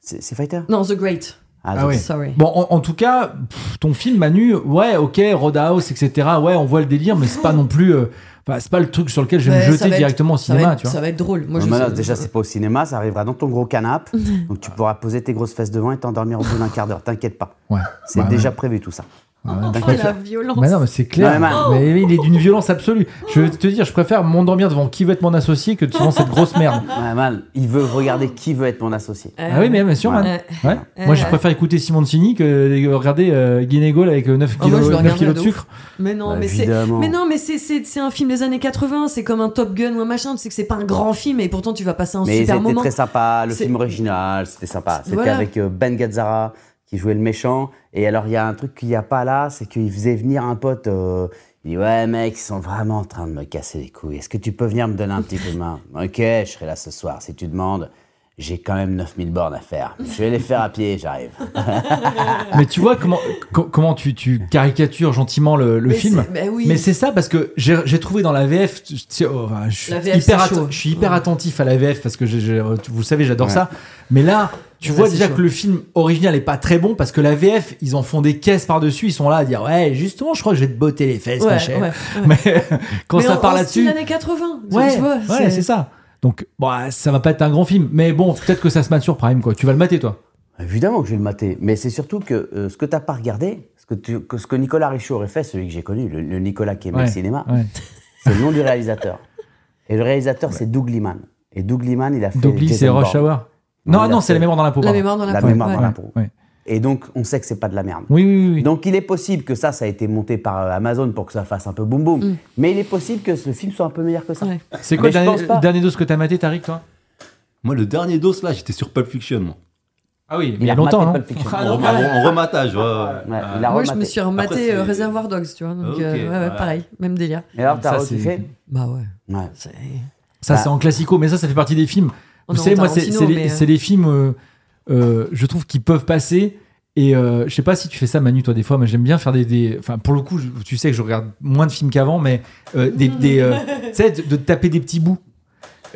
S1: c'est c'est Fighter
S3: Non The Great.
S1: Ah,
S2: Ah ouais.
S3: Sorry.
S2: Bon, en, en tout cas, pff, ton film, Manu, ouais, ok, Roadhouse, etc. Ouais, on voit le délire, mais c'est pas non plus. euh, enfin, c'est pas le truc sur lequel je vais
S3: Ouais,
S2: me
S3: ça
S2: jeter
S3: va être-
S2: directement au
S3: ça va
S2: cinéma,
S3: être-
S2: tu vois.
S3: Ça va être drôle. Moi,
S1: Non,
S3: je
S1: Bah, mais
S3: sais-
S1: non, déjà, c'est pas au cinéma, ça arrivera dans ton gros canapé. donc tu pourras poser tes grosses fesses devant et t'endormir au bout d'un quart d'heure. T'inquiète pas.
S2: Ouais. Bah,
S1: C'est
S2: Ouais,
S3: Bah
S1: déjà prévu tout ça.
S3: Oh, la violence.
S2: Mais Bah non, mais c'est clair.
S1: Non, mais man.
S2: mais, il est d'une violence absolue. Je vais te dire, je préfère m'endormir devant qui veut être mon associé que devant cette grosse merde.
S1: Ouais, mal. Il veut regarder qui veut être mon associé.
S3: Euh,
S2: Ah oui, mais bien sûr,
S1: Ouais.
S2: man. Ouais.
S3: Euh,
S2: Moi, je
S3: ouais.
S2: préfère écouter Simoncini que regarder euh, Guinée Gaul avec euh, 9
S3: Ah, moi, je le
S2: kilos, 9
S3: regarderais
S2: kilos de
S3: de
S2: sucre.
S3: Mais non,
S1: Bah,
S3: mais c'est.
S1: évidemment.
S3: Mais non, mais c'est- c'est c'est un film des années 80, c'est comme un Top Gun ou un machin, tu sais que c'est pas un grand film et pourtant tu vas passer un
S1: Mais
S3: super
S1: c'était
S3: moment.
S1: très sympa, le
S3: C'est-
S1: film original, c'était sympa. C'était
S3: Voilà.
S1: avec euh, Ben Gazzara qui jouait le méchant. Et alors, il y a un truc qu'il n'y a pas là, c'est qu'il faisait venir un pote. euh, il dit Ouais, mec, ils sont vraiment en train de me casser les couilles. Est-ce que tu peux venir me donner un petit coup de main Ok, je serai là ce soir. Si tu demandes, j'ai quand même 9000 bornes à faire. Je vais les faire à pied, j'arrive.
S2: Mais tu vois comment, co- comment tu, tu caricatures gentiment le, le
S3: Mais
S2: film.
S3: c'est- mais oui.
S2: Mais c'est ça parce que j'ai j'ai trouvé dans la VF, tu sais, oh, enfin, je suis
S3: La VF,
S2: hyper,
S3: c'est
S2: atten-
S3: chaud.
S2: je suis hyper
S3: Ouais.
S2: attentif à la VF parce que j'ai- j'ai- vous le savez, j'adore
S1: Ouais.
S2: ça. Mais là, tu
S3: Ouais,
S2: vois
S3: c'est
S2: déjà
S3: chaud.
S2: que le film original est pas très bon parce que la VF, ils en font des caisses par-dessus, ils sont là à dire ouais, justement, je crois que je vais te botter les fesses,
S3: Ouais,
S2: ma chère.
S3: ouais, ouais.
S2: Mais quand
S3: Mais en-
S2: ça part
S3: en style
S2: là-dessus,
S3: années 80, tu-
S2: ouais,
S3: tu vois,
S2: ouais, c'est ça. Donc, bon, ça va pas être un grand film, mais bon, peut-être que ça se mate sur Prime, quoi. Tu vas le mater, toi.
S1: Évidemment que je vais le mater, mais c'est surtout que euh, ce que t'as pas regardé, ce que, tu- que ce que Nicolas Richaud aurait fait, celui que j'ai connu, le, le Nicolas qui aimait
S2: Ouais,
S1: le cinéma,
S2: ouais.
S1: c'est le nom du réalisateur. Et le réalisateur, c'est Doug Liman. Et Doug Liman, il a fait.
S2: Dogly,
S1: Jason
S2: c'est Rush
S1: Bourne.
S2: Hour. Non,
S1: il
S2: ah
S1: a
S2: non, c'est
S1: fait-
S2: la mémoire dans la peau.
S3: La
S2: pardon.
S3: mémoire dans la,
S1: La
S3: peau,
S1: mémoire
S3: ouais.
S1: dans la peau.
S2: Ouais.
S1: Et donc, on sait que c'est pas de la merde.
S2: Oui, oui, oui, oui.
S1: Donc, il est possible que ça, ça a été monté par euh, Amazon pour que ça fasse un peu boum boum. Mais il est possible que ce film soit un peu meilleur que ça.
S3: Ouais.
S2: C'est quoi
S1: Mais je
S2: le
S1: pense
S2: dernier,
S1: pas.
S2: le dernier dos que t'as maté, Tariq, toi
S7: Moi, le dernier dos, là, j'étais sur Pulp Fiction. moi.
S2: Ah oui, mais
S1: Il
S2: il y a
S1: a
S2: longtemps,
S1: maté
S2: non
S1: Pulp Fiction.
S2: Ah,
S7: En
S2: non,
S7: rem-
S2: ouais.
S7: en rematage, ouais, ouais.
S1: Ouais,
S7: Ah,
S1: il a
S3: Moi, je
S1: rematé.
S3: me suis rematé
S7: Après,
S3: euh,
S7: c'est-
S3: Reservoir Dogs, tu vois. Donc,
S7: Ok,
S3: euh, ouais, ouais,
S7: ouais.
S3: pareil, même délire.
S1: Et alors,
S2: Ça,
S1: t'as
S2: c'est-
S1: fait
S3: Bah ouais.
S1: Ouais.
S3: c'est-
S2: Ça, c'est
S1: Bah.
S2: en classico, mais ça, ça fait partie des films.
S3: On
S2: Vous
S3: est en
S2: savez, moi, c'est
S3: Tarantino,
S2: c'est les,
S3: mais, euh,
S2: c'est les films, euh, euh, je trouve, qui peuvent passer. Et euh, je sais pas si tu fais ça, Manu, toi, des fois, mais j'aime bien faire des. des- Enfin, pour le coup, je- tu sais que je regarde moins de films qu'avant, mais euh,
S3: Mm.
S2: des. des, euh, tu sais, de, de taper des petits bouts.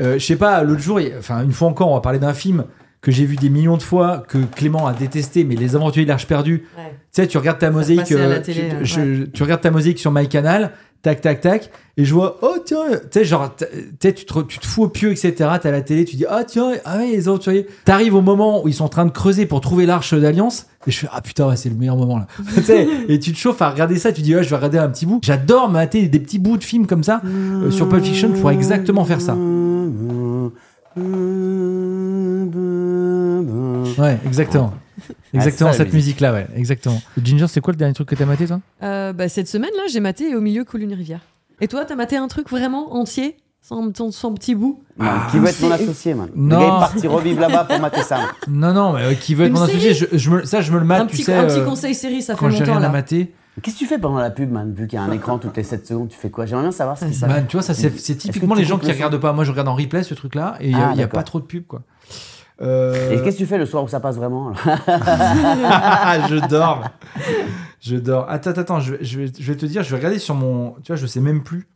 S2: Euh, je sais pas, l'autre jour, il- enfin, une fois encore, on va parler d'un film que j'ai vu des millions de fois, que Clément a détesté, mais Les Aventuriers de l'Arche perdue.
S3: Ouais.
S2: Tu sais, tu regardes ta mosaïque,
S3: repassait à la
S2: euh, tu,
S3: télé,
S2: tu-
S3: euh,
S2: je-
S3: ouais.
S2: je- tu regardes ta mosaïque sur MyCanal, tac, tac, tac, et je vois, oh tiens, tu sais, genre, t- tu sais, tu te, re- tu te fous au pieu, etc. T'as la télé, tu dis, ah tiens, ah ouais, les aventuriers. T'arrives au moment où ils sont en train de creuser pour trouver l'arche d'alliance, et je fais, ah putain, ouais, c'est le meilleur moment là. Tu sais, et tu te chauffes à regarder ça, tu dis, ouais, je vais regarder un petit bout. J'adore mater des petits bouts de films comme
S3: Ah.
S2: ça. Euh, sur Pulp Fiction, je pourrais exactement faire ça. Ouais, exactement.
S1: Ah,
S2: Exactement,
S1: c'est ça, la
S2: cette musique là, ouais, exactement. Ginger, c'est quoi le dernier truc que t'as maté, toi
S3: Euh, bah, cette semaine-là, j'ai maté et au milieu coule une rivière. Et toi, t'as maté un truc vraiment entier, sans, sans, sans petit bout
S1: Non, Ah, qui veut être mon associé, man
S2: Ah, Non.
S1: Le gars est parti revivre là-bas pour mater ça. man.
S2: Non, non, mais euh, qui veut être
S3: Une
S2: mon associé,
S3: série
S2: je, je me- ça, je me le mate,
S3: un,
S2: tu
S3: petit,
S2: sais.
S3: un petit
S2: euh,
S3: conseil série, ça fait
S2: quand j'ai
S3: longtemps
S2: rien à
S3: là.
S2: mater.
S1: Qu'est-ce que tu fais pendant la pub, man Vu qu'il y a un écran toutes les 7 secondes, tu fais quoi J'aimerais bien savoir ce qui se passe.
S2: Man, tu vois, ça, c'est c'est
S1: Est-ce
S2: typiquement
S1: que tu
S2: les gens
S1: coupes
S2: qui
S1: le
S2: regardent pas. Moi, je regarde en replay ce truc-là et il
S1: Ah,
S2: n'y a
S1: d'accord.
S2: pas trop de pub, quoi. Euh,
S1: Et qu'est-ce que tu fais le soir où ça passe vraiment alors
S2: Euh, je dors. Je dors. Attends, attends, attends, je, vais- je vais, je vais te dire, je vais regarder sur mon. Tu vois, je sais même plus.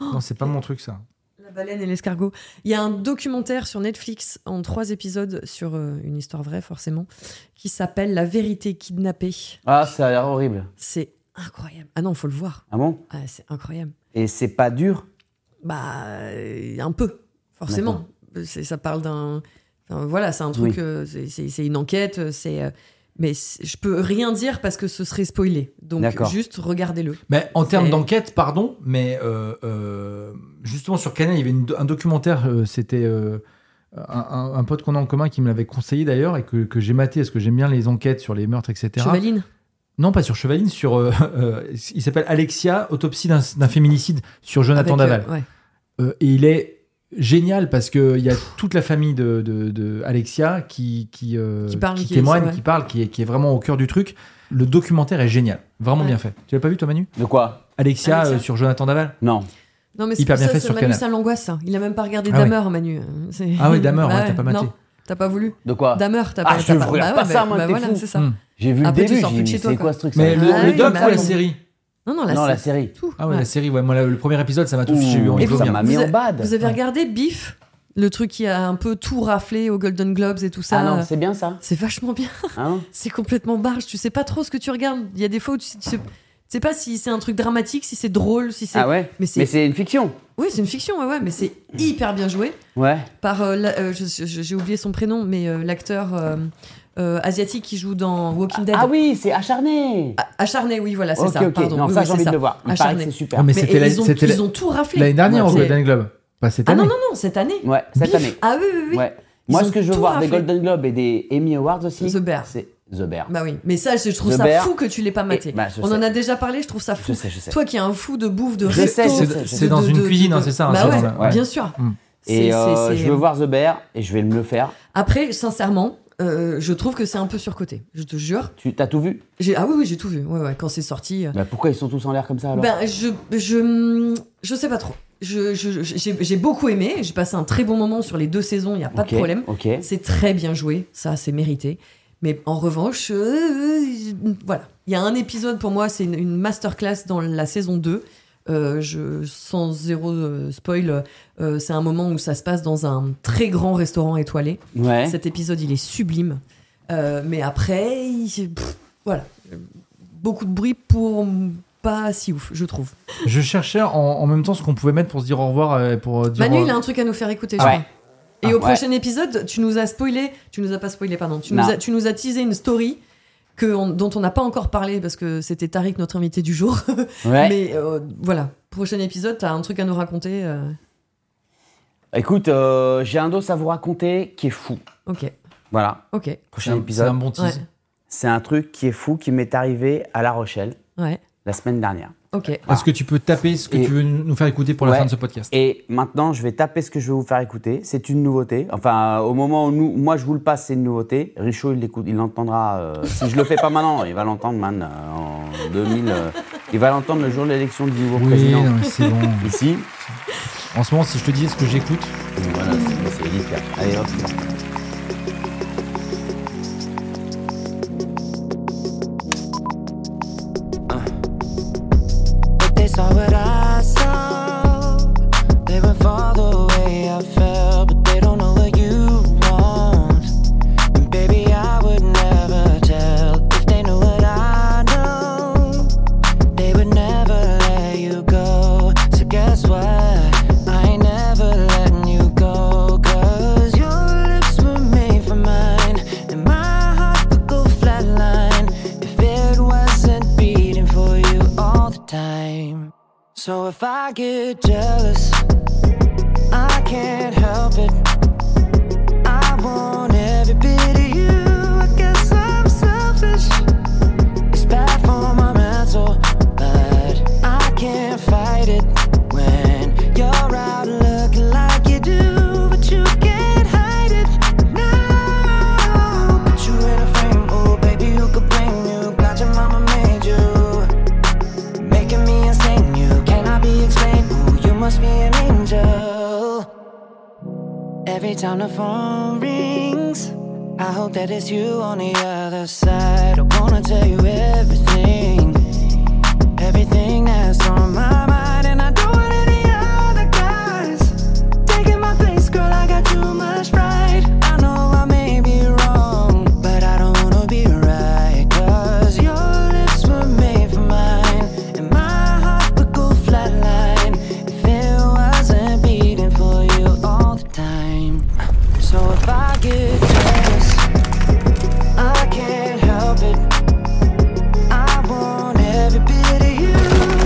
S3: Oh,
S2: Non, c'est pas mon truc, ça.
S3: La baleine et l'escargot. Il y a un documentaire sur Netflix en trois épisodes sur euh, une histoire vraie, forcément, qui s'appelle La vérité kidnappée.
S1: Ah, ça a l'air horrible.
S3: C'est incroyable. Ah non, faut le voir.
S1: Ah bon
S3: Ah, c'est incroyable.
S1: Et c'est pas dur
S3: Bah, euh, un peu, forcément. C'est- Ça parle d'un. enfin, voilà, c'est un truc.
S1: Oui.
S3: euh, c'est- c'est c'est une enquête. euh, C'est. euh, mais c'est- je peux rien dire parce que ce serait spoilé. Donc,
S1: D'accord.
S3: juste regardez-le.
S2: Mais en termes
S3: C'est-
S2: d'enquête, pardon, mais euh, euh, justement sur Canal, il y avait une do- un documentaire, euh, c'était euh, un, un- un pote qu'on a en commun qui me l'avait conseillé d'ailleurs et que, que j'ai maté parce que j'aime bien les enquêtes sur les meurtres, etc.
S3: Chevaline.
S2: Non, pas sur Chevaline, sur. euh, euh, il s'appelle Alexia, autopsie d'un d'un féminicide sur Jonathan
S3: avec, euh,
S2: Daval.
S3: ouais.
S2: Euh, et il est génial parce que il y a toute la famille de, de- de Alexia qui qui, euh,
S3: Qui parle, qui-
S2: témoigne,
S3: ouais.
S2: qui parle, qui est, qui est vraiment au cœur du truc. Le documentaire est génial, vraiment
S3: Ouais.
S2: bien fait. Tu l'as pas vu toi, Manu
S1: De quoi
S2: Alexia,
S3: Alexia.
S2: euh, sur Jonathan Daval.
S1: Non.
S3: Non, mais c'est
S2: Hyper
S3: pour
S2: bien
S3: ça,
S2: fait
S3: ça,
S2: sur
S3: Manu,
S2: Canal.
S3: ça l'angoisse, ça. Il a même pas regardé
S2: Ah ouais.
S3: Damer, Manu. C'est-
S2: Ah oui, Dahmer,
S3: Bah
S2: ouais, t'as pas maté.
S3: Non, t'as pas voulu.
S1: De quoi
S3: Damer, t'as
S1: Ah,
S3: pas
S1: je
S3: t'as pas-
S1: regarde pas
S3: bah,
S1: ça, moi,
S3: bah,
S1: t'es
S3: voilà,
S1: fou.
S3: c'est ça.
S2: Hmm.
S1: J'ai vu
S3: Après,
S1: le
S3: tu
S1: début,
S3: sors
S1: j'ai
S3: plus de
S1: dit,
S3: chez toi,
S1: c'est
S3: quoi.
S1: quoi ce truc ça
S2: Mais le,
S3: Ah
S2: le
S3: oui,
S2: doc
S3: bah
S2: ou la
S3: oui.
S2: série
S3: Non, non, la
S1: Non, la
S3: série,
S1: série.
S3: tout.
S2: Ah ouais, Ah,
S3: Ouais.
S2: la série, ouais, moi la- le premier épisode, ça m'a tout
S1: Ouh,
S2: j'ai eu envie
S3: Et
S2: de
S3: vous,
S1: ça
S2: vomir.
S1: m'a mis
S3: vous
S1: en
S3: avez-
S1: bad.
S3: Vous avez regardé Beef Le truc qui a un peu tout raflé aux Golden Globes et tout ça.
S1: Ah non,
S3: euh,
S1: c'est bien ça. Ah
S3: C'est vachement bien. c'est complètement barge. Tu sais pas trop ce que tu regardes. Il y a des fois où tu sais, tu sais- tu sais pas si c'est un truc dramatique, si c'est drôle, si c'est.
S1: Ah ouais
S3: Mais
S1: Mais
S3: c'est-
S1: c'est une fiction.
S3: Oui, c'est une fiction, ouais, ouais, mais c'est hyper bien joué
S1: Ouais.
S3: par. euh, la- euh, je- je- J'ai oublié son prénom, mais euh, l'acteur euh, euh, asiatique qui joue dans Walking Dead.
S1: Ah oui, c'est acharné.
S3: Acharné, oui, voilà, Ah, c'est
S1: Ok,
S3: ça.
S1: ok.
S3: Pardon.
S1: Non,
S3: Oui,
S1: ça,
S3: oui,
S1: j'ai
S3: c'est
S1: envie de le voir. Il paraît
S3: Acharné.
S1: que c'est super.
S2: Ah, mais
S3: Mais
S2: c'était la-
S3: ils, ont,
S2: c'était la-
S3: ils ont tout raflé.
S2: L'année dernière au
S3: C'est-
S2: Golden Globe. Pas cette
S3: Ah non,
S2: année.
S3: non, non, cette année.
S1: Ouais, cette
S3: Bif.
S1: année.
S3: Ah oui, oui, oui.
S1: Ouais. Moi,
S3: Ils
S1: ce que
S3: ont
S1: je veux
S3: tout
S1: voir des
S3: raflé.
S1: Golden Globes et des Emmy Awards aussi,
S3: The Bear.
S1: c'est The Bear.
S3: Bah oui, mais ça, je trouve
S1: The
S3: ça
S1: Bear.
S3: fou que tu l'aies pas maté.
S1: Et- bah, je
S3: On en
S1: sais.
S3: a déjà parlé, je trouve ça
S1: Je
S3: fou.
S1: sais, je sais.
S3: Toi qui es un fou de bouffe, de
S1: Je
S3: resto,
S1: sais, c'est-
S3: de-
S1: c'est
S3: de-
S2: dans
S3: de-
S2: une
S3: de-
S2: cuisine,
S3: de-
S2: hein, c'est ça, hein,
S3: Bah
S2: c'est
S3: ouais,
S2: dans la- ouais.
S3: bien sûr.
S2: Mm.
S3: C'est-
S1: Et euh,
S3: c'est- c'est-
S1: je veux voir The Bear et je vais me le faire.
S3: Après, sincèrement, euh, je trouve que c'est un peu surcoté. Je te jure.
S1: Tu t'as tout vu
S3: J'ai- Ah oui, oui, j'ai tout vu. Ouais, ouais, quand c'est sorti. euh,
S1: Bah, Pourquoi ils sont tous en l'air comme ça alors
S3: Ben, je, je, je sais pas trop. Je, je- je- j'ai, j'ai beaucoup aimé. J'ai passé un très bon moment sur les deux saisons. Il n'y a pas
S1: Ok,
S3: de problème.
S1: ok.
S3: C'est très bien joué. Ça, c'est mérité. Mais en revanche, euh, euh, voilà. Il y a un épisode pour moi, c'est une, une masterclass dans la saison 2. Euh, je, sans zéro euh, spoil, euh, c'est un moment où ça se passe dans un très grand restaurant étoilé.
S1: Ouais.
S3: Cet épisode, il est sublime. Euh, mais après, il- pff, voilà. Beaucoup de bruit pour pas si ouf, je trouve.
S2: Je cherchais en, en même temps ce qu'on pouvait mettre pour se dire au revoir. euh, Pour euh, dire,
S3: Manu,
S2: euh,
S3: il a un truc à nous faire écouter, je
S2: Ah ouais.
S3: crois. Et
S2: Ah,
S3: au
S2: ouais.
S3: prochain épisode, tu nous as spoilé, tu nous as pas spoilé, pardon, tu, nous
S1: Non.
S3: as, tu nous as teasé une story que on- dont on n'a pas encore parlé parce que c'était Tariq, notre invité du jour.
S1: Ouais.
S3: Mais euh, voilà, prochain épisode, t'as un truc à nous raconter. euh,
S1: Écoute, euh, j'ai un dos à vous raconter qui est fou.
S3: Ok,
S1: Voilà.
S3: ok,
S2: C'est
S1: Prochain
S2: un-
S1: épisode.
S2: c'est un bon tease.
S3: Ouais.
S1: C'est un truc qui est fou qui m'est arrivé à La Rochelle
S3: ouais,
S1: la semaine dernière.
S3: ok.
S2: Est-ce que tu peux taper ce que
S1: Et-
S2: tu veux nous faire écouter pour la
S1: Ouais.
S2: fin de ce podcast
S1: Et maintenant, je vais taper ce que je vais vous faire écouter. C'est une nouveauté. Enfin, euh, au moment où nous- moi je vous le passe, c'est une nouveauté. Richaud, il l'écoute, il l'entendra. euh, si je le fais pas maintenant, il va l'entendre, man. euh, en 2000, euh, il va l'entendre le jour de l'élection du nouveau
S2: Oui,
S1: président.
S2: non, mais c'est bon.
S1: Ici.
S2: En ce moment, si je te disais ce que j'écoute,
S1: Et Voilà, c'est c'est Edith Piaf. Allez, hop, c'est parti.
S12: But they saw what I saw. They would follow the way I felt, but they don't know what you want. And baby, I would never tell if they knew what I know. They would never let you go. So guess what? I ain't never letting you go. Cause your lips were made for mine. And my heart would go flatline if it wasn't beating for you all the time. So if I get jealous, I can't help it. I want every bit of you. I guess I'm selfish. It's bad for my mental, but I can't fight it when you're out looking like you do, but you can't hide it. No, put you in a frame, oh baby, you could blame you. Glad your mama made you, making me insane. You cannot be explained, oh you must be an angel. Every time the phone rings. I hope that it's you on the other side. I wanna tell you everything, everything that's on my mind, and I don't want any other guys taking my place, girl. I got too much pride. I know I may be wrong, but I don't wanna be right. Cause your lips were made for mine, and my heart would go flatline if it wasn't beating for you all the time. So if I get jealous, I can't help it. I want every bit of you.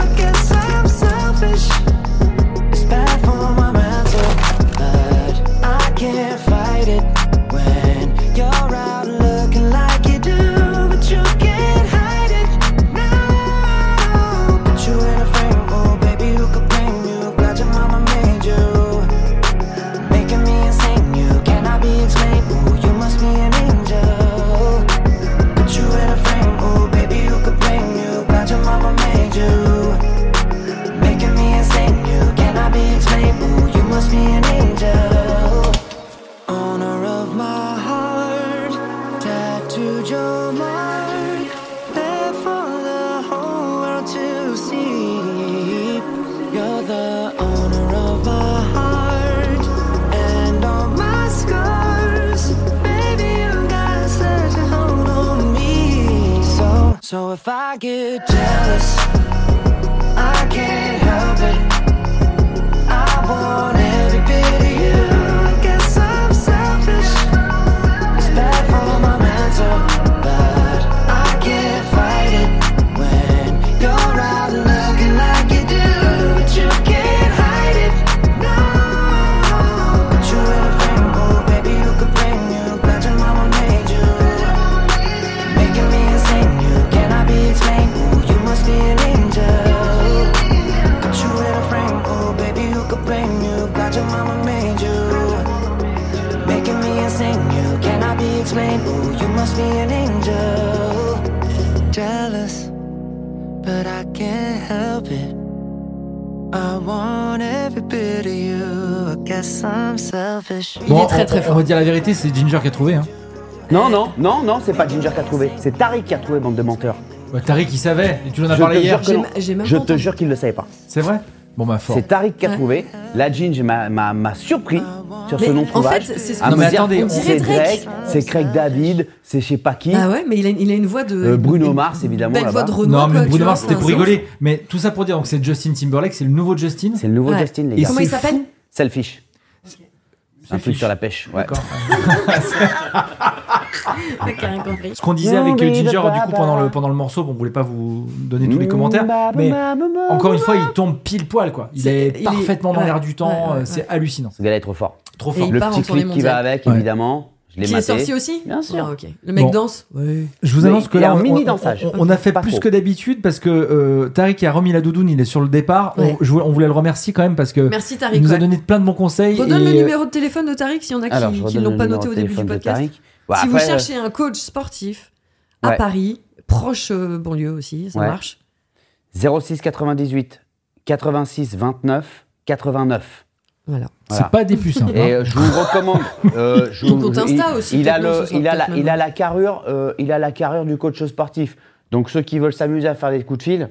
S12: I guess I'm oh, oh, So if I get jealous, I can't help it. I want every bit of you. I guess I'm selfish. It's bad for my mental, but I can't fight it when you're out looking like you do. But you can't hide it. No, but you're irrefutable, baby. You could bring you. Glad your mama made you. Making me insane. You cannot be explained. Ooh, you must be an angel. Put you in a frame, oh baby, who could blame you? Glad your mama made you. Making me insane, you cannot be explained. Oh, you must be an angel. Jealous, but I can't help it. I want every bit of you. I guess I'm selfish.
S2: Bon, on- on, va dire la vérité, c'est Ginger qui a trouvé. Hein.
S1: Non, non, non, non, c'est pas Ginger qui a trouvé. C'est Tariq qui a trouvé, bande de menteurs.
S2: Bah, Tariq, il savait. Tu nous en as
S1: Je
S2: parlé
S1: te
S2: hier.
S1: jure que non. Je te jure qu'il ne le savait pas.
S2: C'est vrai Bon, bah, fort.
S1: C'est Tariq qui a trouvé. La Ginge m'a- m'a m'a surpris sur
S3: Mais
S1: ce nom
S3: en
S1: trouvage.
S3: fait, c'est ce
S1: à
S3: qu'on
S1: me
S3: dit.
S1: dire,
S3: Attendez, on dirait
S1: c'est
S3: Drake.
S1: Drake, c'est Craig David, c'est je sais pas qui.
S3: Ah ouais, mais il a, il a une voix de.
S1: Euh, Bruno
S3: une
S1: Mars, évidemment.
S3: Belle
S1: là-bas.
S3: voix de Renaud.
S2: non, mais
S3: quoi, tu
S2: Bruno
S3: vois,
S2: Mars, c'était
S3: enfin,
S2: pour
S3: c'est-
S2: rigoler. Mais tout ça pour dire, donc c'est Justin Timberlake, c'est le nouveau Justin.
S1: C'est le nouveau
S3: Ouais.
S1: Justin, les
S2: Et
S1: gars.
S2: Comment il
S1: C'est
S3: s'appelle
S1: fou. Selfish. Un truc sur la pêche. Ouais.
S2: Ce qu'on disait avec euh, Ginger, du coup, pendant le, pendant le morceau, bon, on voulait pas vous donner
S3: Mm,
S2: tous les commentaires,
S1: Mmh,
S2: mais encore une fois, il tombe pile poil, quoi. Il est,
S3: il est-
S2: parfaitement dans
S3: ouais,
S2: l'air du temps,
S3: ouais, ouais,
S2: euh,
S3: ouais.
S2: c'est hallucinant.
S1: Ce gars-là est trop fort.
S2: Trop fort.
S3: il
S1: Le
S3: part en
S1: petit
S3: tournée
S1: clip qui va
S3: mondial.
S1: avec,
S2: Ouais.
S1: évidemment. Je l'ai
S3: Qui est
S1: maté.
S3: sorti aussi
S1: Bien sûr.
S3: Ah, ok. Le mec
S2: Bon.
S3: danse Ouais.
S2: Je vous
S1: Mais
S2: annonce que
S1: il y a
S2: là,
S1: un
S2: on,
S1: mini
S2: on-
S1: dansage.
S2: on- on a fait
S1: Pas
S2: plus
S1: faux.
S2: que d'habitude parce que euh, Tariq a remis la doudoune, il est sur le départ. On-
S3: Ouais.
S2: je voulais- on voulait le remercier quand même parce que
S3: Merci
S2: il
S3: Tariq.
S2: nous a
S3: ouais.
S2: donné plein de bons conseils.
S3: Redonne
S2: et,
S3: le
S2: euh,
S3: numéro de téléphone de Tariq s'il y en a Ah, qui-
S1: Alors, je
S3: qui
S1: redonne
S3: ne l'ont
S1: le
S3: pas
S1: numéro
S3: noté au
S1: de
S3: début du
S1: téléphone de
S3: podcast.
S1: Tariq. Bon,
S3: si vous
S1: après, euh,
S3: cherchez un coach sportif à
S1: Ouais.
S3: Paris, proche euh, banlieue aussi, ça
S1: Ouais.
S3: marche.
S1: euh, 06 98 86 29 89.
S3: Voilà.
S1: Voilà.
S2: C'est pas des puces. hein.
S1: Et euh, je vous recommande. euh, je
S3: Ton
S1: vous-
S3: compte Insta aussi,
S1: Il a
S3: peut-être,
S1: le,
S3: non, ce
S1: il a
S3: soir,
S1: la,
S3: peut-être
S1: il a
S3: maintenant.
S1: la carrure, euh, il a la carrure du coach sportif. Donc ceux qui veulent s'amuser à faire des coups de fil,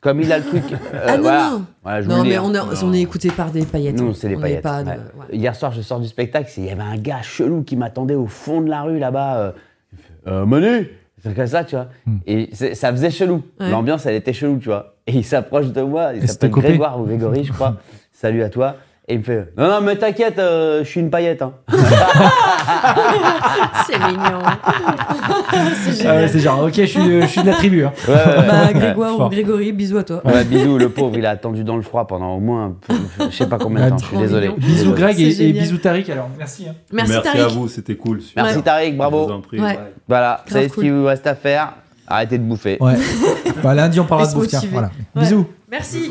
S1: comme il a le truc. euh,
S3: ah non,
S1: voilà.
S3: non
S1: Voilà, je vous
S3: Non,
S1: le
S3: mais
S1: dis. hein.
S3: on, est- on est écouté par des paillettes. hein.
S1: Nous, c'est les
S3: On est
S1: paillettes.
S3: pas de-
S1: ouais.
S3: ouais.
S1: Hier soir, je sors du spectacle, c'est- il y avait un gars chelou qui m'attendait au fond de la rue là-bas. euh, il fait, euh, Manu C'est comme ça, tu vois.
S7: Hmm.
S1: Et c'est- ça faisait chelou.
S3: Ouais.
S1: L'ambiance, elle était chelou, tu vois. Et il s'approche de moi, il
S2: Et c'était
S1: s'appelle
S2: copé.
S1: Grégoire ou Grégory, je crois. Salut à toi. Et il me fait Non, non, mais t'inquiète, euh, je suis une paillette. hein.
S3: C'est mignon. c'est
S2: Ah ouais,
S3: génial.
S2: c'est genre, ok, je suis, je suis de la tribu. hein.
S1: Ouais, ouais, ouais.
S3: Bah, Grégoire
S2: Fort.
S3: ou Grégory, bisous à toi.
S1: Ouais, bisous, le pauvre, il a attendu dans le froid pendant au moins, je sais pas combien de temps, je suis
S3: Trop
S1: désolé.
S3: mignon.
S2: Bisous
S1: Désolé.
S2: Greg
S3: C'est
S2: et, et
S3: génial.
S2: bisous Tariq. Alors, merci. hein.
S3: Merci,
S7: à
S3: Tariq.
S7: vous, c'était cool. super.
S1: Merci Tariq,
S7: Je vous en
S1: bravo.
S7: prie.
S3: Ouais.
S1: Voilà, vous savez ce
S3: cool.
S1: qu'il vous reste à faire. Arrêtez de bouffer.
S2: Ouais. Bah, lundi, on parlera de
S3: Laisse
S2: bouffe. tiens,
S3: motiver.
S2: Voilà.
S3: Ouais.
S2: Bisous.
S3: Merci.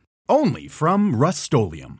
S13: Only from Rust-Oleum.